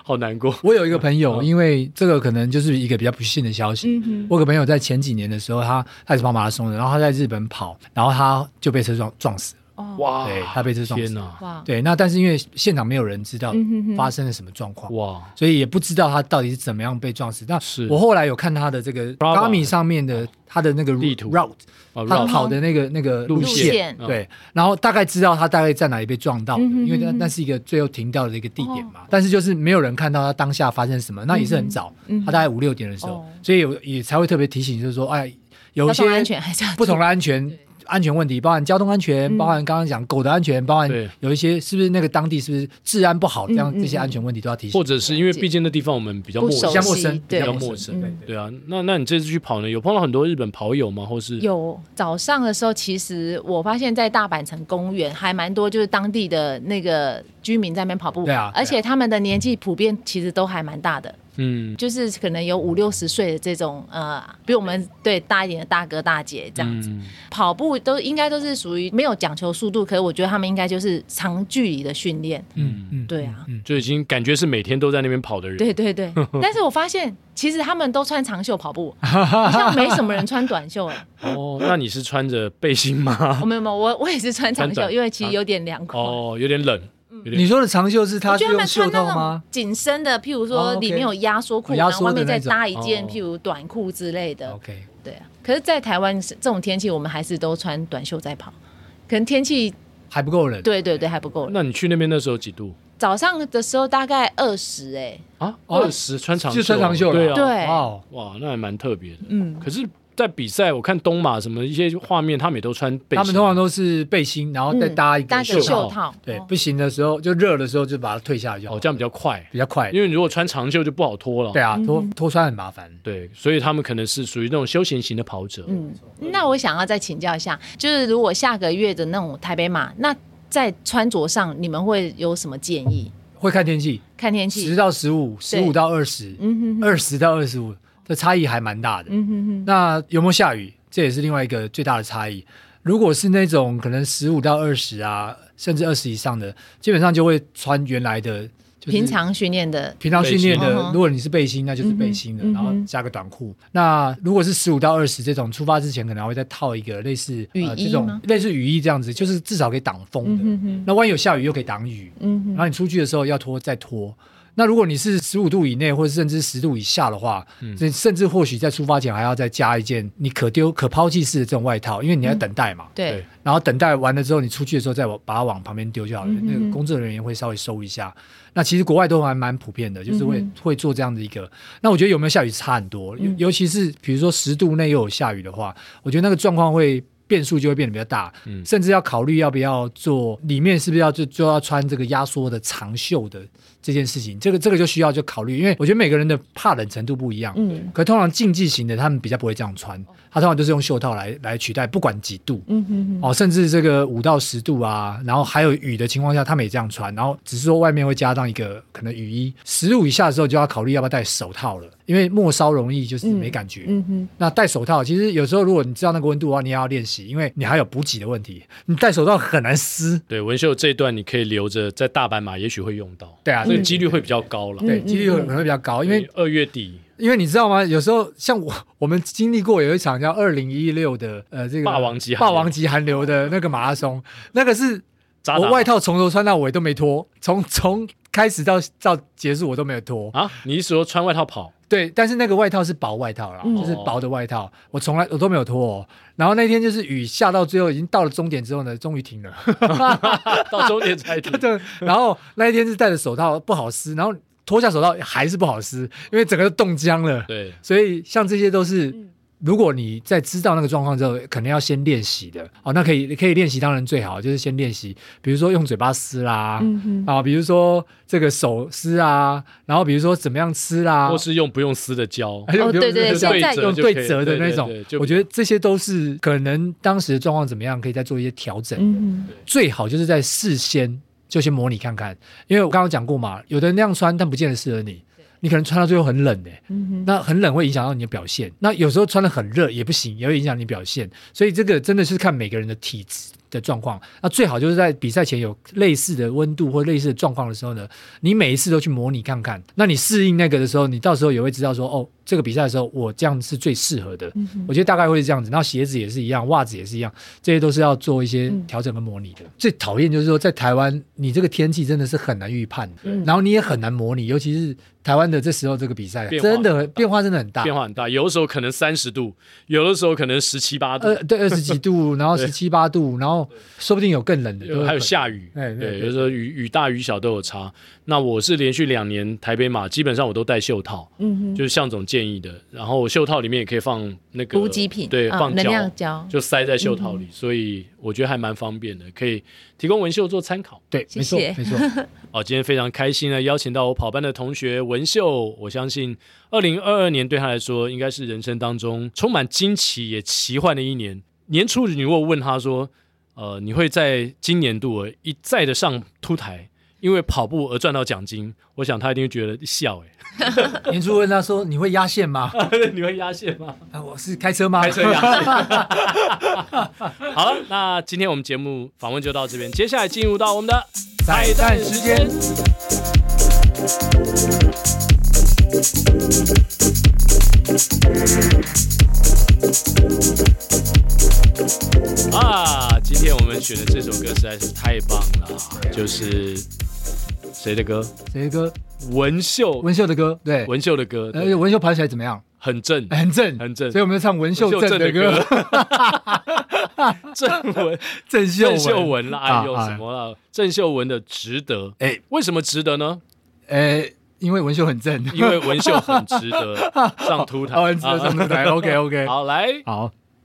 Speaker 1: 好难过。
Speaker 2: 我有一个朋友，因为这个可能就是一个比较不幸的消息。
Speaker 4: 嗯哼，
Speaker 2: 我有个朋友在前几年的时候，他他也是跑马拉松的，然后他在日本跑，然后他就被车撞撞死了。
Speaker 4: 哦，
Speaker 1: 哇，
Speaker 2: 对他被车撞死
Speaker 1: 天哪，
Speaker 4: 哇，
Speaker 2: 对，那但是因为现场没有人知道
Speaker 4: 啊嗯哼哼
Speaker 2: 发生了什么状况，
Speaker 1: 哇，
Speaker 2: 所以也不知道他到底是怎么样被撞死。那
Speaker 1: 是
Speaker 2: 我后来有看他的这个
Speaker 1: Brava
Speaker 2: Gami 上面的他的那个
Speaker 1: 地图
Speaker 2: route，
Speaker 1: 啊
Speaker 2: 他
Speaker 1: 绕
Speaker 2: 跑的那个那个
Speaker 1: 路
Speaker 4: 线
Speaker 2: 线，
Speaker 1: 嗯
Speaker 2: 对，然后大概知道他大概在哪里被撞到的，
Speaker 4: 嗯哼
Speaker 2: 因为那
Speaker 4: 嗯哼哦
Speaker 2: 那是一个最后停掉的一个地点嘛。但是就是没有人看到他当下发生什么，那也是很早，
Speaker 4: 嗯哼
Speaker 2: 他大概五六点的时候
Speaker 4: 哦，
Speaker 2: 所以有也才会特别提醒，就是说，哎，有一
Speaker 4: 交
Speaker 2: 些
Speaker 4: 通安全还是要
Speaker 2: 不同
Speaker 4: 注
Speaker 2: 的安全安全问题，包含交通安全，
Speaker 4: 嗯
Speaker 2: 包含刚刚讲狗的安全，包含
Speaker 1: 对
Speaker 2: 有一些是不是那个当地是不是治安不好，这样
Speaker 4: 嗯嗯
Speaker 2: 这些安全问题都要提醒
Speaker 1: 或。者是因为毕竟那地方我们比较陌
Speaker 4: 不熟
Speaker 2: 比较
Speaker 1: 生，
Speaker 2: 陌
Speaker 4: 悉
Speaker 2: 生，
Speaker 4: 对嗯
Speaker 2: 比较
Speaker 1: 比较
Speaker 2: 陌
Speaker 1: 陌
Speaker 2: 生，
Speaker 1: 生
Speaker 2: 对对
Speaker 1: 对啊。那那你这次去跑呢，有碰到很多日本跑友吗？或是
Speaker 4: 有早上的时候，其实我发现，在大阪城公园还蛮多，就是当地的那个居民在那边跑步，
Speaker 2: 对啊对啊
Speaker 4: 而且他们的年纪普遍其实都还蛮大的，
Speaker 1: 嗯，
Speaker 4: 就是可能有五六十岁的这种呃，比我们对大一点的大哥大姐这样子，
Speaker 1: 嗯
Speaker 4: 跑步都应该都是属于没有讲求速度，可是我觉得他们应该就是长距离的训练，
Speaker 2: 嗯嗯，
Speaker 4: 对啊，
Speaker 2: 嗯，
Speaker 1: 就已经感觉是每天都在那边跑的人。
Speaker 4: 对对 对，但是我发现其实他们都穿长袖跑步，好像没什么人穿短袖哎、
Speaker 1: 哦，那你是穿着背心吗
Speaker 4: 我？没有没有，我我也是穿长
Speaker 1: 穿
Speaker 4: 袖，
Speaker 1: 短
Speaker 4: 因为其
Speaker 1: 啊
Speaker 4: 实有点凉快。
Speaker 1: 哦，有点冷，有
Speaker 2: 你
Speaker 1: 点
Speaker 2: 说的长袖是
Speaker 4: 我
Speaker 2: 它是
Speaker 4: 觉得他
Speaker 2: 用
Speaker 4: 们
Speaker 2: 袖
Speaker 4: 穿
Speaker 2: 套
Speaker 4: 那种
Speaker 2: 吗？
Speaker 4: 紧身的，譬如
Speaker 2: 哦
Speaker 4: 说
Speaker 2: ，OK
Speaker 4: 里面有压缩裤，
Speaker 2: 有压
Speaker 4: 然后
Speaker 2: 缩
Speaker 4: 外
Speaker 2: 的
Speaker 4: 面再
Speaker 2: 那种
Speaker 4: 搭一件，
Speaker 1: 哦
Speaker 4: 譬如短裤之类的。
Speaker 2: ？OK，
Speaker 4: 对啊，可是，在台湾是这种天气，我们还是都穿短袖在跑。可能天气，
Speaker 2: 还不够冷。
Speaker 4: 对对对，还不够冷。
Speaker 1: 那你去那边那时候几度
Speaker 4: 早上的时候大概二十，哎，
Speaker 1: 啊？
Speaker 2: 哦
Speaker 1: 二十穿长
Speaker 2: 就穿长袖了
Speaker 1: 对啊，
Speaker 4: 对
Speaker 2: 哇哦，
Speaker 1: 哇，那还蛮特别的。
Speaker 4: 嗯，
Speaker 1: 可是，在比赛我看东马什么一些画面，他们也都穿背心，
Speaker 2: 他们通常都是背心，然后再
Speaker 4: 嗯
Speaker 2: 搭一
Speaker 4: 搭
Speaker 2: 个袖
Speaker 4: 个袖
Speaker 2: 套。
Speaker 4: 套，
Speaker 2: 对，
Speaker 4: 哦
Speaker 2: 不行的时候就热的时候就把它退下来就好
Speaker 1: 哦，这样比较快，
Speaker 2: 比较快。
Speaker 1: 因为你如果穿长袖就不好脱了。
Speaker 2: 对啊，
Speaker 4: 嗯
Speaker 2: 脱脱穿很麻烦。
Speaker 1: 对，所以他们可能是属于那种休闲型的跑者。
Speaker 4: 嗯，那我想要再请教一下，就是如果下个月的那种台北马，那在穿着上你们会有什么建议？
Speaker 2: 会看天气，
Speaker 4: 看天
Speaker 2: 十
Speaker 4: 气，
Speaker 2: 到十五，十五到二十，
Speaker 4: 嗯哼哼，
Speaker 2: 二十到二十五，这差异还蛮大的。
Speaker 4: 嗯哼哼，
Speaker 2: 那有没有下雨？这也是另外一个最大的差异。如果是那种可能十五到二十啊，甚至二十以上的，基本上就会穿原来的，就是
Speaker 4: 平常训练的
Speaker 2: 平常训练
Speaker 1: 背
Speaker 4: 心
Speaker 2: 的
Speaker 4: 嗯，哼
Speaker 2: 如果你是背心，那就是背心的，
Speaker 4: 嗯哼
Speaker 2: 然后加个短裤。那如果是十五到二十这种，出发之前可能还会再套一个类似
Speaker 4: 雨
Speaker 2: 呃、
Speaker 4: 衣
Speaker 2: 这种
Speaker 4: 吗
Speaker 2: 类似雨衣这样子，就是至少可以挡风的。
Speaker 4: 嗯哼哼
Speaker 2: 那万一有下雨又可以挡雨，
Speaker 4: 嗯哼
Speaker 2: 然后你出去的时候要脱再脱。那如果你是十五度以内，或者甚至十度以下的话，甚甚至或许在出发前还要再加一件你可丢可抛弃式的这种外套，因为你要
Speaker 4: 嗯
Speaker 2: 等待嘛。
Speaker 4: 对，
Speaker 2: 然后等待完了之后，你出去的时候再往把它往旁边丢就好了。
Speaker 4: 嗯哼
Speaker 2: 那个工作人员会稍微收一下。那其实国外都还蛮普遍的，就是会、
Speaker 4: 嗯
Speaker 2: 会做这样的一个。那我觉得有没有下雨差很多，尤、尤其是比如说十度内又有下雨的话，我觉得那个状况会。变数就会变得比较大，
Speaker 1: 嗯
Speaker 2: 甚至要考虑要不要做里面是不是要就就要穿这个压缩的长袖的这件事情，这个这个就需要就考虑，因为我觉得每个人的怕冷程度不一样，
Speaker 4: 嗯哦
Speaker 2: 可通常竞技型的他们比较不会这样穿，他通常都是用袖套来来取代，不管几度，
Speaker 4: 嗯哼
Speaker 2: 哦，甚至这个五到十度啊，然后还有雨的情况下，他们也这样穿，然后只是说外面会加上一个可能雨衣。十度以下的时候就要考虑要不要戴手套了，因为末梢容易就是没感觉。
Speaker 4: 嗯哼，
Speaker 2: 那戴手套，其实有时候如果你知道那个温度的话，你也要练习，因为你还有补给的问题。你戴手套很难撕，
Speaker 1: 对，文秀这一段你可以留着，在大阪马也许会用到，
Speaker 2: 对啊，
Speaker 1: 这
Speaker 2: 所
Speaker 1: 个
Speaker 2: 以
Speaker 1: 几率会比较高了。
Speaker 2: 对
Speaker 4: 嗯
Speaker 2: 几率可能会比较高，因为
Speaker 1: 二月底
Speaker 2: 因为你知道吗？有时候像我，我们经历过有一场叫二零一六的呃这个
Speaker 1: 霸王级寒流
Speaker 2: 霸王级寒流的那个马拉松，那个是
Speaker 1: 渣打
Speaker 2: 我外套从头穿到尾都没脱，从从开始到到结束我都没有脱。
Speaker 1: 啊，你是说穿外套跑？
Speaker 2: 对，但是那个外套是薄外套啦，
Speaker 4: 嗯
Speaker 2: 就是
Speaker 1: 哦
Speaker 2: 薄的外套，我从来我都没有脱、哦。然后那天就是雨下到最后已经到了终点之后呢，终 于停了。
Speaker 1: 到终点 才停。
Speaker 2: 对，然后那一天是戴着手套不好撕，然后脱下手套还是不好撕，因为整个都冻僵了。
Speaker 1: 对，
Speaker 2: 所以像这些都是如果你在知道那个状况之后，可能要先练习的哦。那可以可以练习，当然最好就是先练习，比如说用嘴巴撕啦，
Speaker 5: 嗯
Speaker 2: 啊，比如说这个手撕啊，然后比如说怎么样吃啦，
Speaker 1: 或是用不用撕的胶，
Speaker 2: 啊哎用
Speaker 4: 哦
Speaker 2: 用
Speaker 4: 对对
Speaker 2: 用
Speaker 4: 现在
Speaker 2: 用
Speaker 1: 就可以
Speaker 2: 对折的那种
Speaker 1: 对对对就，
Speaker 2: 我觉得这些都是可能当时的状况怎么样，可以再做一些调整。
Speaker 5: 嗯
Speaker 2: 最好就是在事先就先模拟看看，因为我刚刚讲过嘛，有的人那样穿，但不见得适合你。你可能穿到最后很冷诶、
Speaker 5: 嗯
Speaker 2: 那很冷会影响到你的表现。那有时候穿的很热也不行，也会影响你表现。所以这个真的是看每个人的体质的状况。那最好就是在比赛前有类似的温度或类似的状况的时候呢，你每一次都去模拟看看。那你适应那个的时候，你到时候也会知道说，哦，这个比赛的时候我这样是最适合的。我觉得大概会是这样子。那鞋子也是一样，袜子也是一样，这些都是要做一些调整跟模拟的。最讨厌就是说，在台湾你这个天气真的是很难预判，然后你也很难模拟，尤其是台湾的这时候这个比赛
Speaker 1: 变化
Speaker 2: 真的
Speaker 1: 很
Speaker 2: 很
Speaker 1: 大
Speaker 2: 变化真的很大。
Speaker 1: 变化很大，有的时候可能三十度，有的时候可能十七八度
Speaker 2: 呃，，对，二十几 度，然后十七八度，然后说不定有更冷的，
Speaker 1: 有还有下雨，
Speaker 2: 哎对
Speaker 1: 对，
Speaker 2: 对
Speaker 1: 有时候雨雨大雨小都有差。那我是连续两年台北马，基本上我都戴袖套，
Speaker 5: 嗯
Speaker 1: 就是向总建议的。然后袖套里面也可以放那个
Speaker 4: 补给品
Speaker 1: 对，
Speaker 4: 嗯
Speaker 1: 放
Speaker 4: 能
Speaker 1: 胶
Speaker 4: 量胶嗯
Speaker 1: 就塞在袖套里，所以我觉得还蛮方便的，可以提供文秀做参考。
Speaker 2: 对，
Speaker 4: 谢
Speaker 2: 没错
Speaker 4: 谢
Speaker 2: 没错，
Speaker 1: 哦，今天非常开心呢，邀请到我跑班的同学文秀。我相信二零二二年对他来说，应该是人生当中充满惊奇也奇幻的一年。年初你如果问他说，呃，你会在今年度呃一再的上凸台，因为跑步而赚到奖金，我想他一定会觉得笑哎、
Speaker 2: 年初问他说你会压线吗？
Speaker 1: 你会压线吗？
Speaker 2: 啊，我是开车吗？
Speaker 1: 开车压线。好了，那今天我们节目访问就到这边，接下来进入到我们的
Speaker 2: 彩蛋时间。
Speaker 1: 啊，今天我们选的这首歌实在是太棒了，就是谁的歌？
Speaker 2: 谁的歌？
Speaker 1: 文秀，
Speaker 2: 文秀的歌，对，
Speaker 1: 文秀的歌，
Speaker 2: 而且文秀跑起来怎么样？哎
Speaker 1: 很正，
Speaker 2: 很正，
Speaker 1: 很正
Speaker 2: 所以我们就唱文秀正的
Speaker 1: 文
Speaker 2: 歌
Speaker 1: 秀， 郑文，
Speaker 2: 郑秀
Speaker 1: 郑
Speaker 2: 文。
Speaker 1: 秀文啦，哎呦
Speaker 2: 啊
Speaker 1: 什么啦？郑秀文的值得，
Speaker 2: 哎
Speaker 1: 为什么值得呢？
Speaker 2: 呃，因为文秀很正，
Speaker 1: 因为文秀很值 得上凸台，
Speaker 2: 哦，很值得上舞台。
Speaker 1: 啊
Speaker 2: OK OK，
Speaker 1: 好，来，
Speaker 2: 好，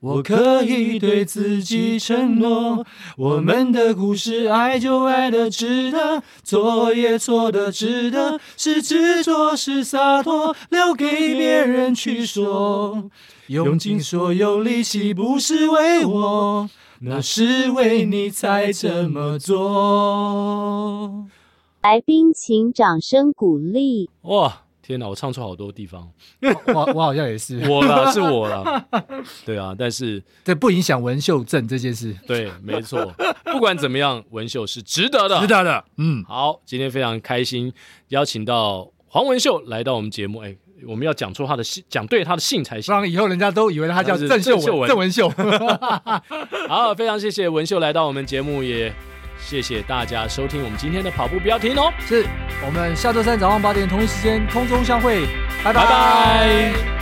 Speaker 2: 我可以对自己承诺，我们的故事爱就爱的值得，错也错的值得，是执着是洒脱，留给别人去说，用尽所有力气不是为我，那是为你才这么做。
Speaker 6: 来宾请掌声鼓励。
Speaker 1: 哇，天哪，我唱出好多地 方，
Speaker 2: 我我好像也是
Speaker 1: 我啦，是我啦，对啊，但是
Speaker 2: 这不影响文秀症这件事，
Speaker 1: 对，没错，不管怎么样，文秀是值得的，
Speaker 2: 得的，嗯。
Speaker 1: 好，今天非常开心，邀请到黄文秀来到我们节目。哎，我们要讲出他的姓，讲对他的姓才
Speaker 2: 不
Speaker 1: 行。
Speaker 2: 然以后人家都以为他叫郑秀文，郑文 秀。
Speaker 1: 好，非常谢谢文秀来到我们节目，也谢谢大家收听我们今天的跑步不要停哦，
Speaker 2: 是我们下周三早上八点同一时间空中相会，拜
Speaker 1: 拜拜。